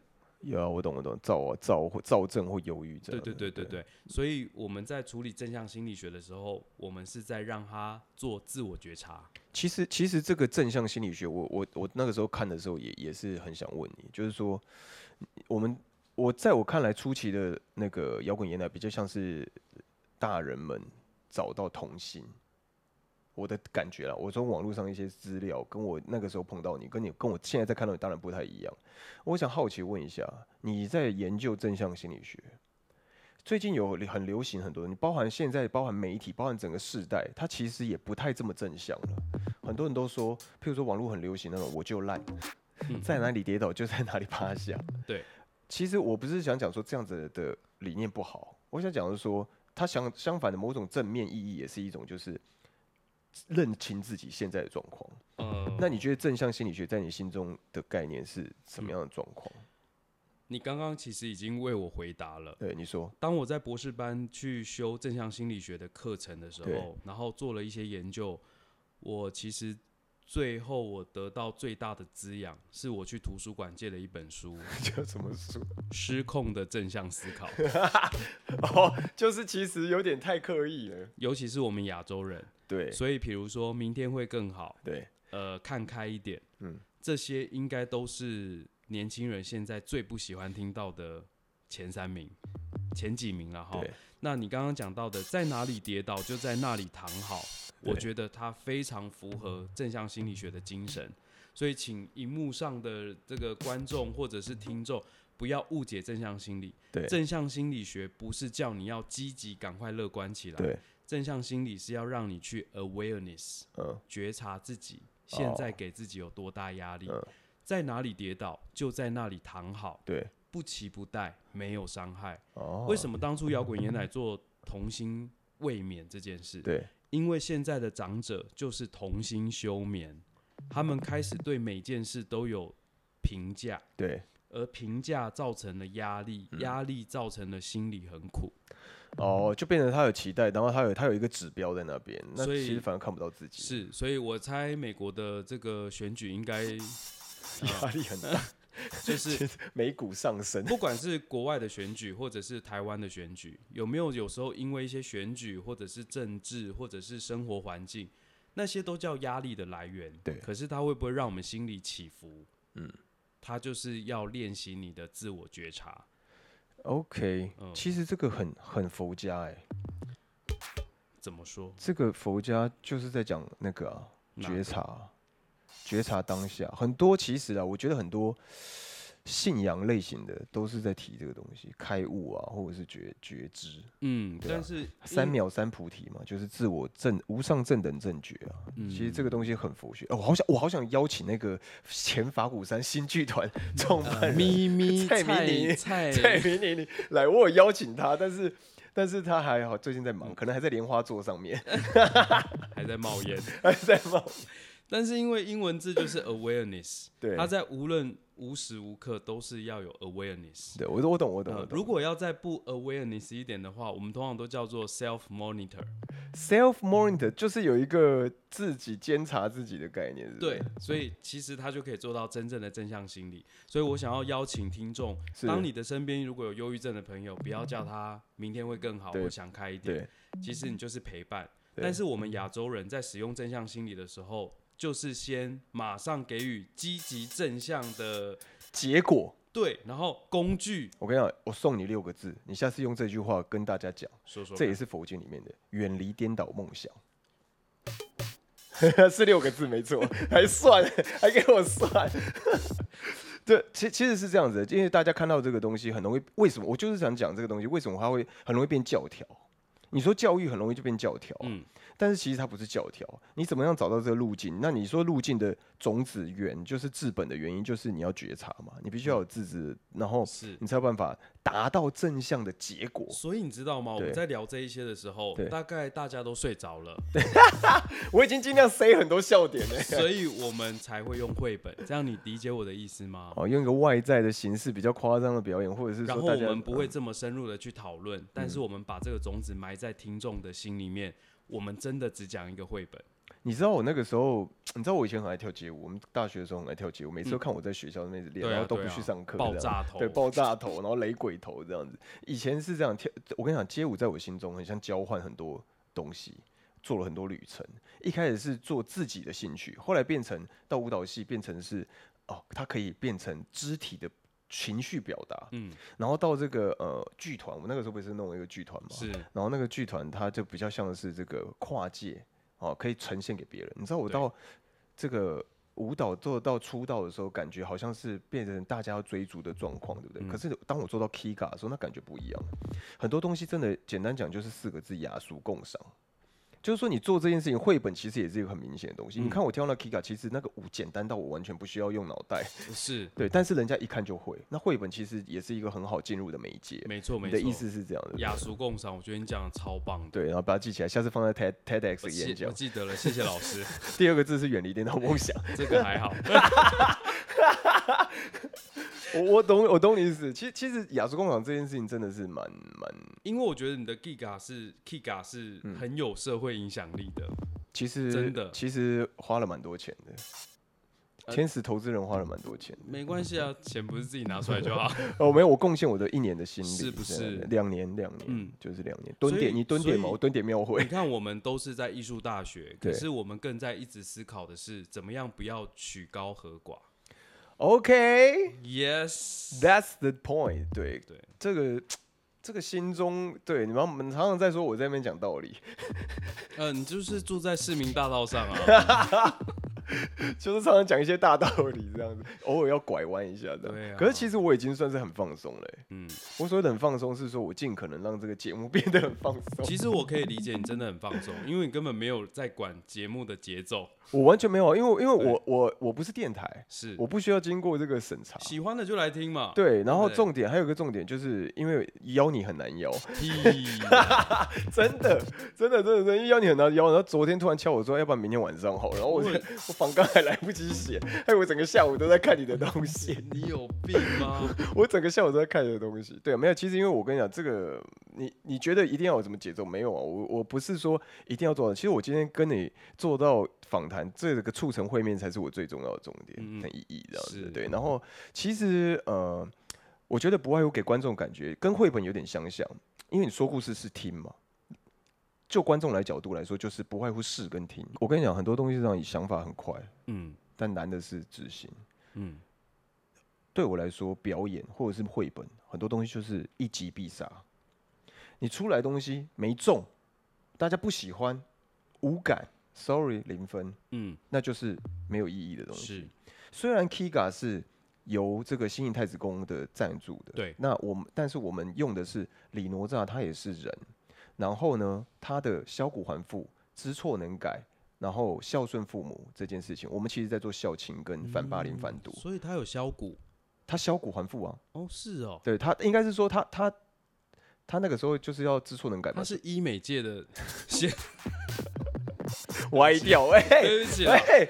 Speaker 1: 有啊，我懂我懂，躁啊躁或躁症或忧郁症，
Speaker 2: 对对对对对，啊所以我们在处理正向心理学的时候，我们是在让他做自我觉察。
Speaker 1: 其实，其实这个正向心理学，我我我那个时候看的时候也，也是很想问你，就是说，我们我在我看来，初期的那个摇滚年代比较像是大人们找到童心，我的感觉啦。我从网络上一些资料，跟我那个时候碰到你，跟你跟我现在在看到你，当然不太一样。我想好奇问一下，你在研究正向心理学，最近有很流行很多，你包含现在，包含媒体，包含整个世代，它其实也不太这么正向了。很多人都说，譬如说网络很流行那种“我就烂”，在哪里跌倒就在哪里趴下。
Speaker 2: 嗯 对，
Speaker 1: 其实我不是想讲说这样子的理念不好，我想讲的是说，它相相反的某种正面意义也是一种，就是认清自己现在的状况。
Speaker 2: 呃，
Speaker 1: 那你觉得正向心理学在你心中的概念是什
Speaker 2: 嗯
Speaker 1: 么样的状况？
Speaker 2: 你刚刚其实已经为我回答了。
Speaker 1: 对，你说，
Speaker 2: 当我在博士班去修正向心理学的课程的时
Speaker 1: 对
Speaker 2: 候，然后做了一些研究，我其实最后我得到最大的滋养，是我去图书馆借了一本书《
Speaker 1: 叫什么书？
Speaker 2: 失控的正向思考》，
Speaker 1: 哦，就是其实有点太刻意了。
Speaker 2: 尤其是我们亚洲人，
Speaker 1: 对
Speaker 2: 所以比如说明天会更好，
Speaker 1: 对，
Speaker 2: 呃，看开一点，
Speaker 1: 嗯
Speaker 2: 嗯，这些应该都是年轻人现在最不喜欢听到的前三名、前几名了哈
Speaker 1: 对。
Speaker 2: 那你刚刚讲到的，在哪里跌倒就在那里躺好，
Speaker 1: 对
Speaker 2: 我觉得它非常符合正向心理学的精神。所以，请荧幕上的这个观众或者是听众不要误解正向心理。
Speaker 1: 对
Speaker 2: 正向心理学不是叫你要积极、赶快乐观起来。
Speaker 1: 对，
Speaker 2: 正向心理是要让你去 awareness，
Speaker 1: 嗯，
Speaker 2: 觉察自己现在给自己有多大压力，
Speaker 1: 哦嗯
Speaker 2: 在哪里跌倒就在那里躺好，
Speaker 1: 对，
Speaker 2: 不期不待，没有伤害。
Speaker 1: 哦，
Speaker 2: 为什么当初摇滚爷奶做童心未眠这件事？
Speaker 1: 对，
Speaker 2: 因为现在的长者就是童心休眠，他们开始对每件事都有评价，
Speaker 1: 对，
Speaker 2: 而评价造成了压力，
Speaker 1: 嗯
Speaker 2: 压力造成了心理很苦。
Speaker 1: 哦，就变成他有期待，然后他有他有一个指标在那边，那
Speaker 2: 所
Speaker 1: 其
Speaker 2: 以
Speaker 1: 实反而看不到自己，
Speaker 2: 是，所以我猜美国的这个选举应该
Speaker 1: 压力很 大，
Speaker 2: 就是
Speaker 1: 美股上升，
Speaker 2: 不管是国外的选举，或者是台湾的选举，有没有有时候因为一些选举，或者是政治，或者是生活环境，那些都叫压力的来源。
Speaker 1: 对
Speaker 2: 可是它会不会让我们心里起伏？嗯，它就是要练习你的自我觉察。
Speaker 1: OK，、
Speaker 2: 嗯
Speaker 1: 其实这个很很佛家哎、
Speaker 2: 怎么说？
Speaker 1: 这个佛家就是在讲那个、啊、
Speaker 2: 哪
Speaker 1: 觉
Speaker 2: 个
Speaker 1: 察，觉察当下。很多其实啊，我觉得很多信仰类型的都是在提这个东西，开悟啊，或者是觉觉知，
Speaker 2: 嗯，
Speaker 1: 对啊
Speaker 2: 但是
Speaker 1: 三
Speaker 2: 因
Speaker 1: 秒三菩提嘛，就是自我正无上正等正觉啊。其实这个东西很佛学，哦、我好想我好想邀请那个前法鼓山新剧团创办人、
Speaker 2: 咪咪
Speaker 1: 呃 蔡明
Speaker 2: 蔡
Speaker 1: 妮
Speaker 2: 蔡
Speaker 1: 蔡明玲来，我有邀请他，但是但是他还好，最近在忙，可能还在莲花座上面，
Speaker 2: 还在冒烟。
Speaker 1: 还在忙。
Speaker 2: 但是因为英文字就是 awareness，
Speaker 1: 对
Speaker 2: 它在无论无时无刻都是要有 awareness。
Speaker 1: 对，我我懂我懂我
Speaker 2: 呃
Speaker 1: 懂。
Speaker 2: 如果要再不 awareness 一点的话，我们通常都叫做 self monitor。
Speaker 1: self monitor 就是有一个自己监察自己的概念，是不是
Speaker 2: 对，，所以其实它就可以做到真正的正向心理。所以我想要邀请听众，
Speaker 1: 是
Speaker 2: 当你的身边如果有忧郁症的朋友，不要叫他明天会更好，
Speaker 1: 对
Speaker 2: 我想开一点。
Speaker 1: 对，
Speaker 2: 其实你就是陪伴。
Speaker 1: 对
Speaker 2: 但是我们亚洲人在使用正向心理的时候，就是先马上给予积极正向的
Speaker 1: 结果。
Speaker 2: 对，然后工具
Speaker 1: 我跟你讲，我送你六个字，你下次用这句话跟大家讲，
Speaker 2: 说说看，
Speaker 1: 这也是佛经里面的“远离颠倒梦想”， 是六个字没错，还算，还给我算。 对，其其实是这样子的，因为大家看到这个东西很容易，为什么？我就是想讲这个东西，为什么它会很容易变教条？你说教育很容易就变教条，啊
Speaker 2: 嗯
Speaker 1: 但是其实它不是教条。你怎么样找到这个路径？那你说路径的种子源，就是治本的原因，就是你要觉察嘛，你必须要有自知，然后
Speaker 2: 是
Speaker 1: 你才有办法达到正向的结果。
Speaker 2: 所以你知道吗？我
Speaker 1: 对
Speaker 2: 们在聊这一些的时候
Speaker 1: 对，
Speaker 2: 大概大家都睡着了，
Speaker 1: 我已经尽量塞很多笑点了。
Speaker 2: 所以我们才会用绘本。这样你理解我的意思吗？
Speaker 1: 哦，用一个外在的形式比较夸张的表演，或者是
Speaker 2: 然
Speaker 1: 说
Speaker 2: 后
Speaker 1: 大
Speaker 2: 我
Speaker 1: 家嗯
Speaker 2: 们不会这么深入的去讨论，但是我们把这个种子埋在听众的心里面。我们真的只讲一个绘本，
Speaker 1: 你知道我那个时候，你知道我以前很爱跳街舞，我们大学的时候很爱跳街舞，每次都看我在学校那边练，
Speaker 2: 对啊
Speaker 1: 然后都不
Speaker 2: 对啊
Speaker 1: 去上课，
Speaker 2: 爆
Speaker 1: 这样
Speaker 2: 炸头
Speaker 1: 对，爆炸头，然后雷鬼头这样子。以前是这样跳，我跟你讲，街舞在我心中很像交换很多东西，做了很多旅程。一开始是做自己的兴趣，后来变成到舞蹈系，变成是哦，它可以变成肢体的情绪表达，
Speaker 2: 嗯，
Speaker 1: 然后到这个呃剧团，我那个时候不是弄了一个剧团嘛，
Speaker 2: 是
Speaker 1: 然后那个剧团它就比较像是这个跨界哦，可以呈现给别人。你知道我
Speaker 2: 对
Speaker 1: 到这个舞蹈做到出道的时候，感觉好像是变成大家要追逐的状况，对
Speaker 2: 嗯
Speaker 1: 不对？可是当我做到 Kiga 的时候，那感觉不一样。很多东西真的简单讲就是四个字：雅俗共赏。就是说，你做这件事情，绘本其实也是一个很明显的东西。
Speaker 2: 嗯
Speaker 1: 你看我挑那 Kiga，其实那个舞简单到我完全不需要用脑袋，
Speaker 2: 是
Speaker 1: 对。但是人家一看就会。那绘本其实也是一个很好进入的媒介。
Speaker 2: 没错没
Speaker 1: 你
Speaker 2: 错。
Speaker 1: 的意思是这样的，
Speaker 2: 雅俗共赏，我觉得你讲的超棒的。
Speaker 1: 对，然后把它记起来，下次放在 TED TEDx
Speaker 2: 我
Speaker 1: 的演
Speaker 2: 记我
Speaker 1: 讲。
Speaker 2: 记得了，谢谢老 师，
Speaker 1: 第二个字是远离电脑梦 想。
Speaker 2: 这个还好。
Speaker 1: 我我懂，我懂你意思。其实其实雅俗工厂这件事情真的是蛮蛮，
Speaker 2: 因为我觉得你的 Giga 是 Giga 是
Speaker 1: 嗯
Speaker 2: 很有社会影响力的，
Speaker 1: 其实
Speaker 2: 真的呃
Speaker 1: 其实花了蛮多钱的。天使投资人花了蛮多钱的，
Speaker 2: 没关系啊，钱不是自己拿出来就好。
Speaker 1: 哦，没有，我贡献我的一年的心力，
Speaker 2: 是不
Speaker 1: 这样
Speaker 2: 是
Speaker 1: 的两年，两年，
Speaker 2: 嗯
Speaker 1: 就是两年。
Speaker 2: 所
Speaker 1: 蹲点，
Speaker 2: 以
Speaker 1: 你蹲点嘛，
Speaker 2: 所以
Speaker 1: 我蹲点庙
Speaker 2: 你
Speaker 1: 会。
Speaker 2: 看，我们都是在艺术大学，
Speaker 1: 对
Speaker 2: 可是我们更在一直思考的是怎么样不要曲高和寡。
Speaker 1: OK，
Speaker 2: Yes，
Speaker 1: That's the point 对。
Speaker 2: 对
Speaker 1: 这个这个心中，对你们你们常常在说我在那边讲道理，
Speaker 2: 嗯，你就是住在市民大道上 啊。
Speaker 1: 就是常常讲一些大道理这样子，偶尔要拐弯一下这样。
Speaker 2: 对啊
Speaker 1: 可是其实我已经算是很放松了欸、
Speaker 2: 嗯，
Speaker 1: 我所谓的很放松，是说我尽可能让这个节目 变得很放松。
Speaker 2: 其实我可以理解你真的很放松，因为你根本没有在管节目的节奏。
Speaker 1: 我完全没有，因为因为我我我不是电台，
Speaker 2: 是
Speaker 1: 我不需要经过这个审查。
Speaker 2: 喜欢的就来听嘛。
Speaker 1: 对，然后
Speaker 2: 对
Speaker 1: 重点还有一个重点，就是因为邀你很难邀，
Speaker 2: 屁
Speaker 1: 真的，真的，真的，真的，因为邀你很难邀。然后昨天突然敲我说，哎要不然明天晚上好了。然后我
Speaker 2: 我
Speaker 1: 就我仿纲还来不及写，还有我整个下午都在看你的东西。
Speaker 2: 你有病吗？
Speaker 1: 我整个下午都在看这个东西。对、啊，没有，其实因为我跟你讲，这个你你觉得一定要有什么节奏？没有啊，我我不是说一定要做到。其实我今天跟你做到访谈，这个促成会面才是我最重要的重点
Speaker 2: 嗯嗯
Speaker 1: 跟意义，这样
Speaker 2: 是嗯
Speaker 1: 子。对，然后其实呃，我觉得不外乎给观众感觉跟绘本有点相像，因为你说故事是听嘛。就观众来角度来说，就是不外乎试跟听。我跟你讲，很多东西上想法很快，
Speaker 2: 嗯
Speaker 1: 但难的是执行。
Speaker 2: 嗯，
Speaker 1: 对我来说，表演或者是绘本，很多东西就是一击必杀。你出来东西没中，大家不喜欢，无感，sorry 零分，
Speaker 2: 嗯，
Speaker 1: 那就是没有意义的东西。
Speaker 2: 是
Speaker 1: 虽然 Kiga 是由这个新颖太子宫的赞助的，
Speaker 2: 对
Speaker 1: 那我们但是我们用的是李哪吒，他也是人，然后呢，他的削骨还父、知错能改，然后孝顺父母这件事情，我们其实在做孝亲跟反霸
Speaker 2: 嗯
Speaker 1: 凌、反毒，
Speaker 2: 所以他有削骨
Speaker 1: 他削骨还父啊。
Speaker 2: 哦，是哦，
Speaker 1: 对他应该是说他他他那个时候就是要知错能改嘛
Speaker 2: 他，是医美界的先，
Speaker 1: 歪掉哎
Speaker 2: 对不起啊
Speaker 1: 哎，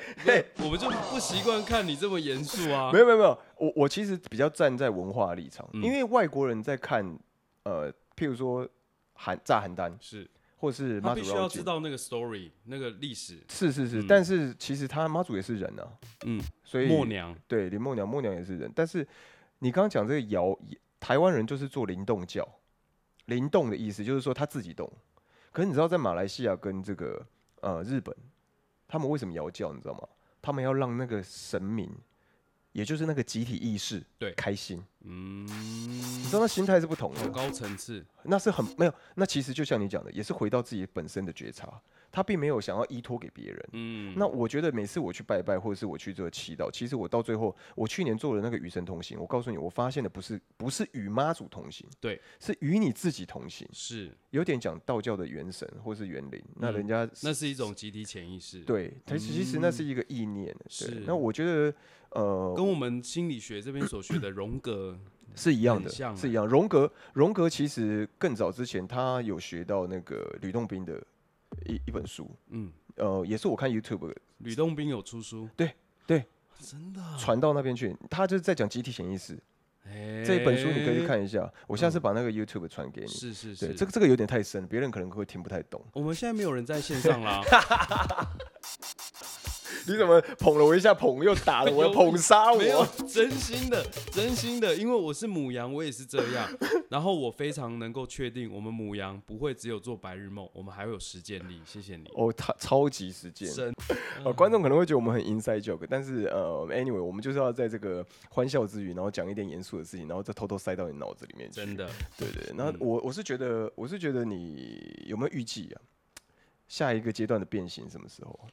Speaker 2: 不是我们就不习惯看你这么严肃啊
Speaker 1: 没。有没有没有，我我其实比较站在文化立场，
Speaker 2: 嗯
Speaker 1: 因为外国人在看呃，譬如说韩炸邯郸
Speaker 2: 是
Speaker 1: 或是
Speaker 2: 他
Speaker 1: 妈祖
Speaker 2: 必须要
Speaker 1: 绕
Speaker 2: 知
Speaker 1: 境，
Speaker 2: 道那个 story 那个历史，
Speaker 1: 是是是，
Speaker 2: 嗯
Speaker 1: 但是其实他妈祖也是人啊，
Speaker 2: 嗯，
Speaker 1: 所以
Speaker 2: 默娘
Speaker 1: 对林默娘默娘也是人，但是你刚刚讲这个摇，台湾人就是做灵动教，灵动的意思就是说他自己动，可是你知道在马来西亚跟这个呃日本，他们为什么摇教，你知道吗？他们要让那个神明，也就是那个集体意识，
Speaker 2: 对
Speaker 1: 开心，
Speaker 2: 嗯，
Speaker 1: 你知道那心态是不同
Speaker 2: 好
Speaker 1: 的，
Speaker 2: 高层次，
Speaker 1: 那是很没有，那其实就像你讲的，也是回到自己本身的觉察。他并没有想要依托给别人。
Speaker 2: 嗯，
Speaker 1: 那我觉得每次我去拜拜，或者是我去做祈祷，其实我到最后，我去年做的那个与神同行，我告诉你，我发现的不是不是与妈祖同行，
Speaker 2: 对，
Speaker 1: 是与你自己同行，
Speaker 2: 是，
Speaker 1: 有点讲道教的元神或是元灵，那
Speaker 2: 嗯
Speaker 1: 人家
Speaker 2: 那是一种集体潜意识，，
Speaker 1: 对，它其实那是一个意念。
Speaker 2: 嗯是
Speaker 1: 对，那我觉得呃
Speaker 2: 跟我们心理学这边所学的荣格，
Speaker 1: 是一样
Speaker 2: 很
Speaker 1: 的，
Speaker 2: 像
Speaker 1: 是
Speaker 2: 欸
Speaker 1: 一样。荣格，荣格其实更早之前他有学到那个吕洞宾的一一本书，
Speaker 2: 嗯，
Speaker 1: 呃，也是我看 YouTube
Speaker 2: 吕洞宾有出书，
Speaker 1: 对对，
Speaker 2: 真的啊，
Speaker 1: 传到那边去，他就是在讲集体潜意识这一本书，你可以去
Speaker 2: 哎，
Speaker 1: 看一下。我下次把那个 YouTube 传给你。
Speaker 2: 是是
Speaker 1: 对，
Speaker 2: 是，
Speaker 1: 这个这个有点太深，别人可能会听不太懂。
Speaker 2: 我们现在没有人在线上啦，
Speaker 1: 你怎么捧了我一下，捧又打了我，
Speaker 2: 有
Speaker 1: 捧杀
Speaker 2: 没有
Speaker 1: 我？，
Speaker 2: 真心的，真心的，因为我是母羊，我也是这样。然后我非常能够确定，我们母羊不会只有做白日梦，我们还会有实践力。谢谢你，
Speaker 1: 哦，他超级实践。
Speaker 2: 真
Speaker 1: 呃，观众可能会觉得我们很 inside joke，但是呃，anyway，我们就是要在这个欢笑之余，然后讲一点严肃的事情，然后再偷偷塞到你脑子里面去。
Speaker 2: 真，的
Speaker 1: 对对。那我我是觉得，我是觉得你有没有预计啊？下一个阶段的变形什么时候啊？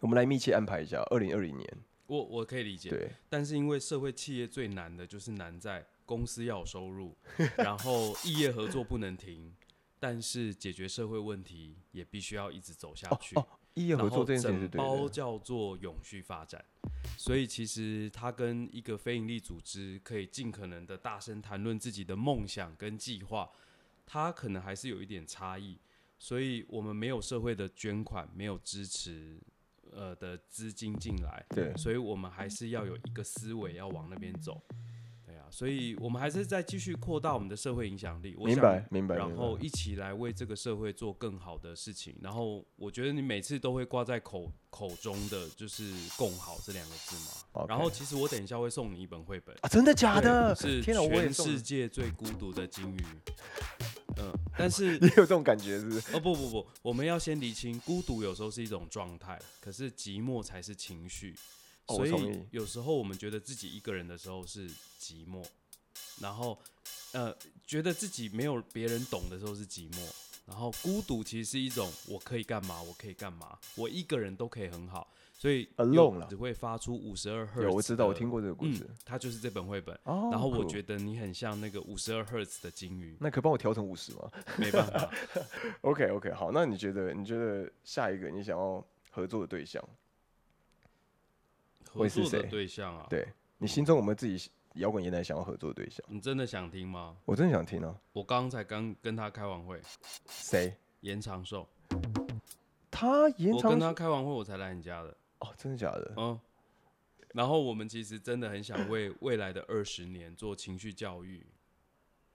Speaker 1: 我们来密切安排一下，二零二零年。
Speaker 2: 我我可以理解。
Speaker 1: 对，
Speaker 2: 但是因为社会企业最难的就是难在公司要有收入，然后 异业合作不能停，但是解决社会问题也必须要一直走
Speaker 1: 哦
Speaker 2: 下去。
Speaker 1: 医业合
Speaker 2: 然后
Speaker 1: 作这件事情是
Speaker 2: 整
Speaker 1: 对
Speaker 2: 包
Speaker 1: 的。
Speaker 2: 叫做永续发展，所以其实它跟一个非营利组织可以尽可能的大声谈论自己的梦想跟计划，它可能还是有一点差异。所以我们没有社会的捐款，没有支持呃的资金进来，
Speaker 1: 对
Speaker 2: 所以我们还是要有一个思维要往那边走。对啊，所以我们还是在继续扩大我们的社会影响力。我
Speaker 1: 明
Speaker 2: 想
Speaker 1: 白，明白。啊
Speaker 2: 然
Speaker 1: 明白
Speaker 2: 后一起来为这个社会做更好的事情。然后我觉得你每次都会挂在口口中的就是“共好”这两个字嘛。
Speaker 1: OK
Speaker 2: 然后其实我等一下会送你一本绘本，
Speaker 1: 啊，真的假的？
Speaker 2: 是
Speaker 1: 天哪，我也
Speaker 2: 全
Speaker 1: 送了
Speaker 2: 世界最孤独的金鱼。嗯，但是
Speaker 1: 你有这种感觉是不是？
Speaker 2: 哦不不不，我们要先厘清，孤独有时候是一种状态，可是寂寞才是情绪。
Speaker 1: 哦
Speaker 2: 所
Speaker 1: 我同
Speaker 2: 以
Speaker 1: 意
Speaker 2: 有时候我们觉得自己一个人的时候是寂寞，然后呃觉得自己没有别人懂的时候是寂寞，然后孤独其实是一种我可以干嘛，我可以干嘛，我一个人都可以很好，所以
Speaker 1: Alone
Speaker 2: 又
Speaker 1: 啦
Speaker 2: 只会发出五十二赫
Speaker 1: 有，我知道，我听
Speaker 2: 过。
Speaker 1: 过这个故
Speaker 2: 嗯
Speaker 1: 事。，
Speaker 2: 它就是这本绘本。
Speaker 1: 哦，
Speaker 2: 然后我
Speaker 1: cool
Speaker 2: 觉得你很像那个五十二赫兹的金鱼，
Speaker 1: 那可以帮我调成五十吗？
Speaker 2: 没办法，
Speaker 1: OK OK，好，那你觉得你觉得下一个你想要合作的对象，
Speaker 2: 合
Speaker 1: 会是
Speaker 2: 作的
Speaker 1: 谁
Speaker 2: 对象啊，
Speaker 1: 对你心中有没有自己摇滚乐坛想要合作的对象？
Speaker 2: 你真的想听吗？
Speaker 1: 我真的想听啊，
Speaker 2: 我刚才刚跟他开完会，
Speaker 1: 谁？
Speaker 2: 延长寿，
Speaker 1: 他延
Speaker 2: 我跟
Speaker 1: 长
Speaker 2: 他开完会我才来你家的，
Speaker 1: 哦，真的假的？
Speaker 2: 嗯。然后我们其实真的很想为未来的二十年做情绪教育，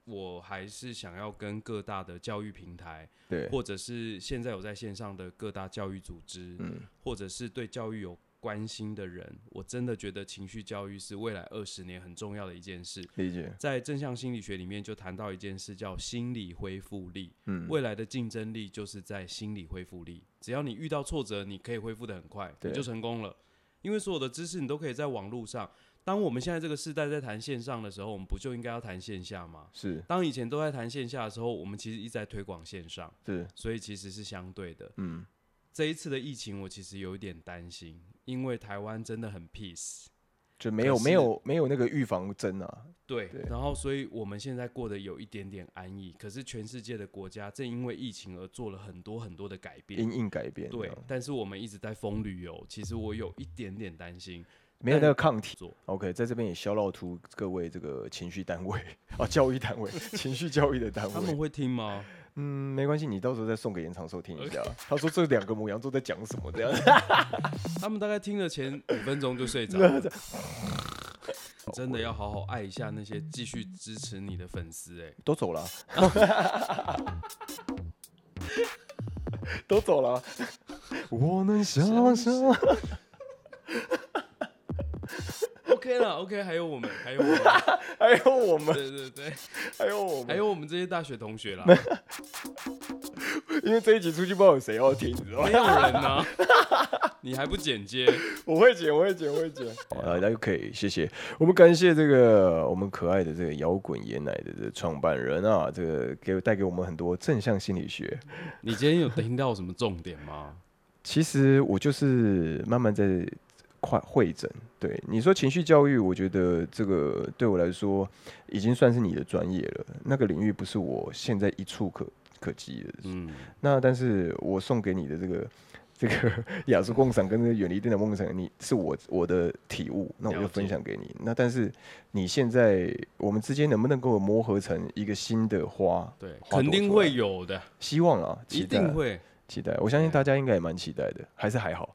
Speaker 2: 我还是想要跟各大的教育平台，
Speaker 1: 对，
Speaker 2: 或者是现在有在线上的各大教育组织，
Speaker 1: 嗯，
Speaker 2: 或者是对教育有关心的人，我真的觉得情绪教育是未来二十年很重要的一件事。
Speaker 1: 理解，
Speaker 2: 在正向心理学里面就谈到一件事，叫心理恢复力。
Speaker 1: 嗯，
Speaker 2: 未来的竞争力就是在心理恢复力。只要你遇到挫折，你可以恢复的很快，
Speaker 1: 对
Speaker 2: 你就成功了。因为所有的知识你都可以在网络上。当我们现在这个时代在谈线上的时候，我们不就应该要谈线下吗？
Speaker 1: 是
Speaker 2: 当以前都在谈线下的时候，我们其实一直在推广线上，
Speaker 1: 是，
Speaker 2: 所以其实是相对的。
Speaker 1: 嗯，
Speaker 2: 这一次的疫情，我其实有一点担心，因为台湾真的很 peace。
Speaker 1: 就没有
Speaker 2: 可
Speaker 1: 没
Speaker 2: 是
Speaker 1: 有没有那个预防针啊，
Speaker 2: 对
Speaker 1: 对，
Speaker 2: 然后所以我们现在过得有一点点安逸，可是全世界的国家正因为疫情而做了很多很多的改变。
Speaker 1: 因应改变，
Speaker 2: 对
Speaker 1: 这样，
Speaker 2: 但是我们一直在疯旅游，其实我有一点点担心。
Speaker 1: 没有那
Speaker 2: 但
Speaker 1: 个抗体
Speaker 2: 做。
Speaker 1: OK，在这边也消露出各位这个情绪单位 啊，教育单 位，情绪教育的单
Speaker 2: 他
Speaker 1: 位
Speaker 2: 们。会听吗？
Speaker 1: 嗯，没关系，你到时候再送给延长寿听一 下。啊他说这两个母羊座在讲什么这样。
Speaker 2: 他们大概听了前五分钟就睡着了。真的要好好爱一下那些继续支持你的粉丝哎、
Speaker 1: 都走了，啊 都走了。啊我能想象，
Speaker 2: OK 啦，OK，还有我们，还有我们，
Speaker 1: 还有我们，
Speaker 2: 对对对，
Speaker 1: 还有我们，
Speaker 2: 还有我们这些大学同学啦。
Speaker 1: 因为这一集出去不知道有谁要听，你知道吗？
Speaker 2: 没有人呐、 你还不剪接？
Speaker 1: 我会剪，我会剪，我会剪。好了，那就可以，谢谢。我们感谢这个我们可爱的这个摇滚爷奶的这个创办人啊，这个给带给我们很多正向心理学。
Speaker 2: 你今天有听到什么重点吗？
Speaker 1: 其实我就是慢慢在快会诊。对你说情绪教育，我觉得这个对我来说已经算是你的专业了。那个领域不是我现在一触可可及的。
Speaker 2: 嗯，
Speaker 1: 那但是我送给你的这个 这个雅俗共赏跟这个远离电脑梦想，你是我我的体悟，那我
Speaker 2: 了
Speaker 1: 就
Speaker 2: 解
Speaker 1: 分享给你。那但是你现在我们之间能不能够磨合成一个新的花？
Speaker 2: 对，
Speaker 1: 花
Speaker 2: 肯
Speaker 1: 朵
Speaker 2: 定
Speaker 1: 出来
Speaker 2: 会有的，
Speaker 1: 希望啊，期
Speaker 2: 一
Speaker 1: 待
Speaker 2: 定会。
Speaker 1: 期待。我相信大家应该也蛮期待的，还是还好。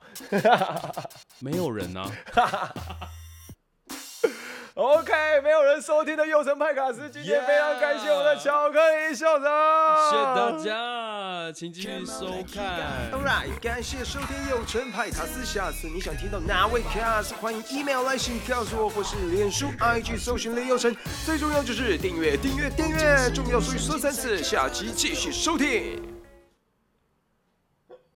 Speaker 2: 没有人 啊，
Speaker 1: OK，没有人收听的右城派卡斯，今天
Speaker 2: Yeah
Speaker 1: 非常感谢我的巧克力校长，
Speaker 2: 谢谢大。家，请继续收看。
Speaker 4: 当然，感谢收听幼城派卡斯。下次你想听到哪位卡斯，欢迎 email 来信告诉我，或是脸书、IG 搜寻林幼城。最重要就是订阅、订阅、订阅，重要所以说三次。下期继续收听。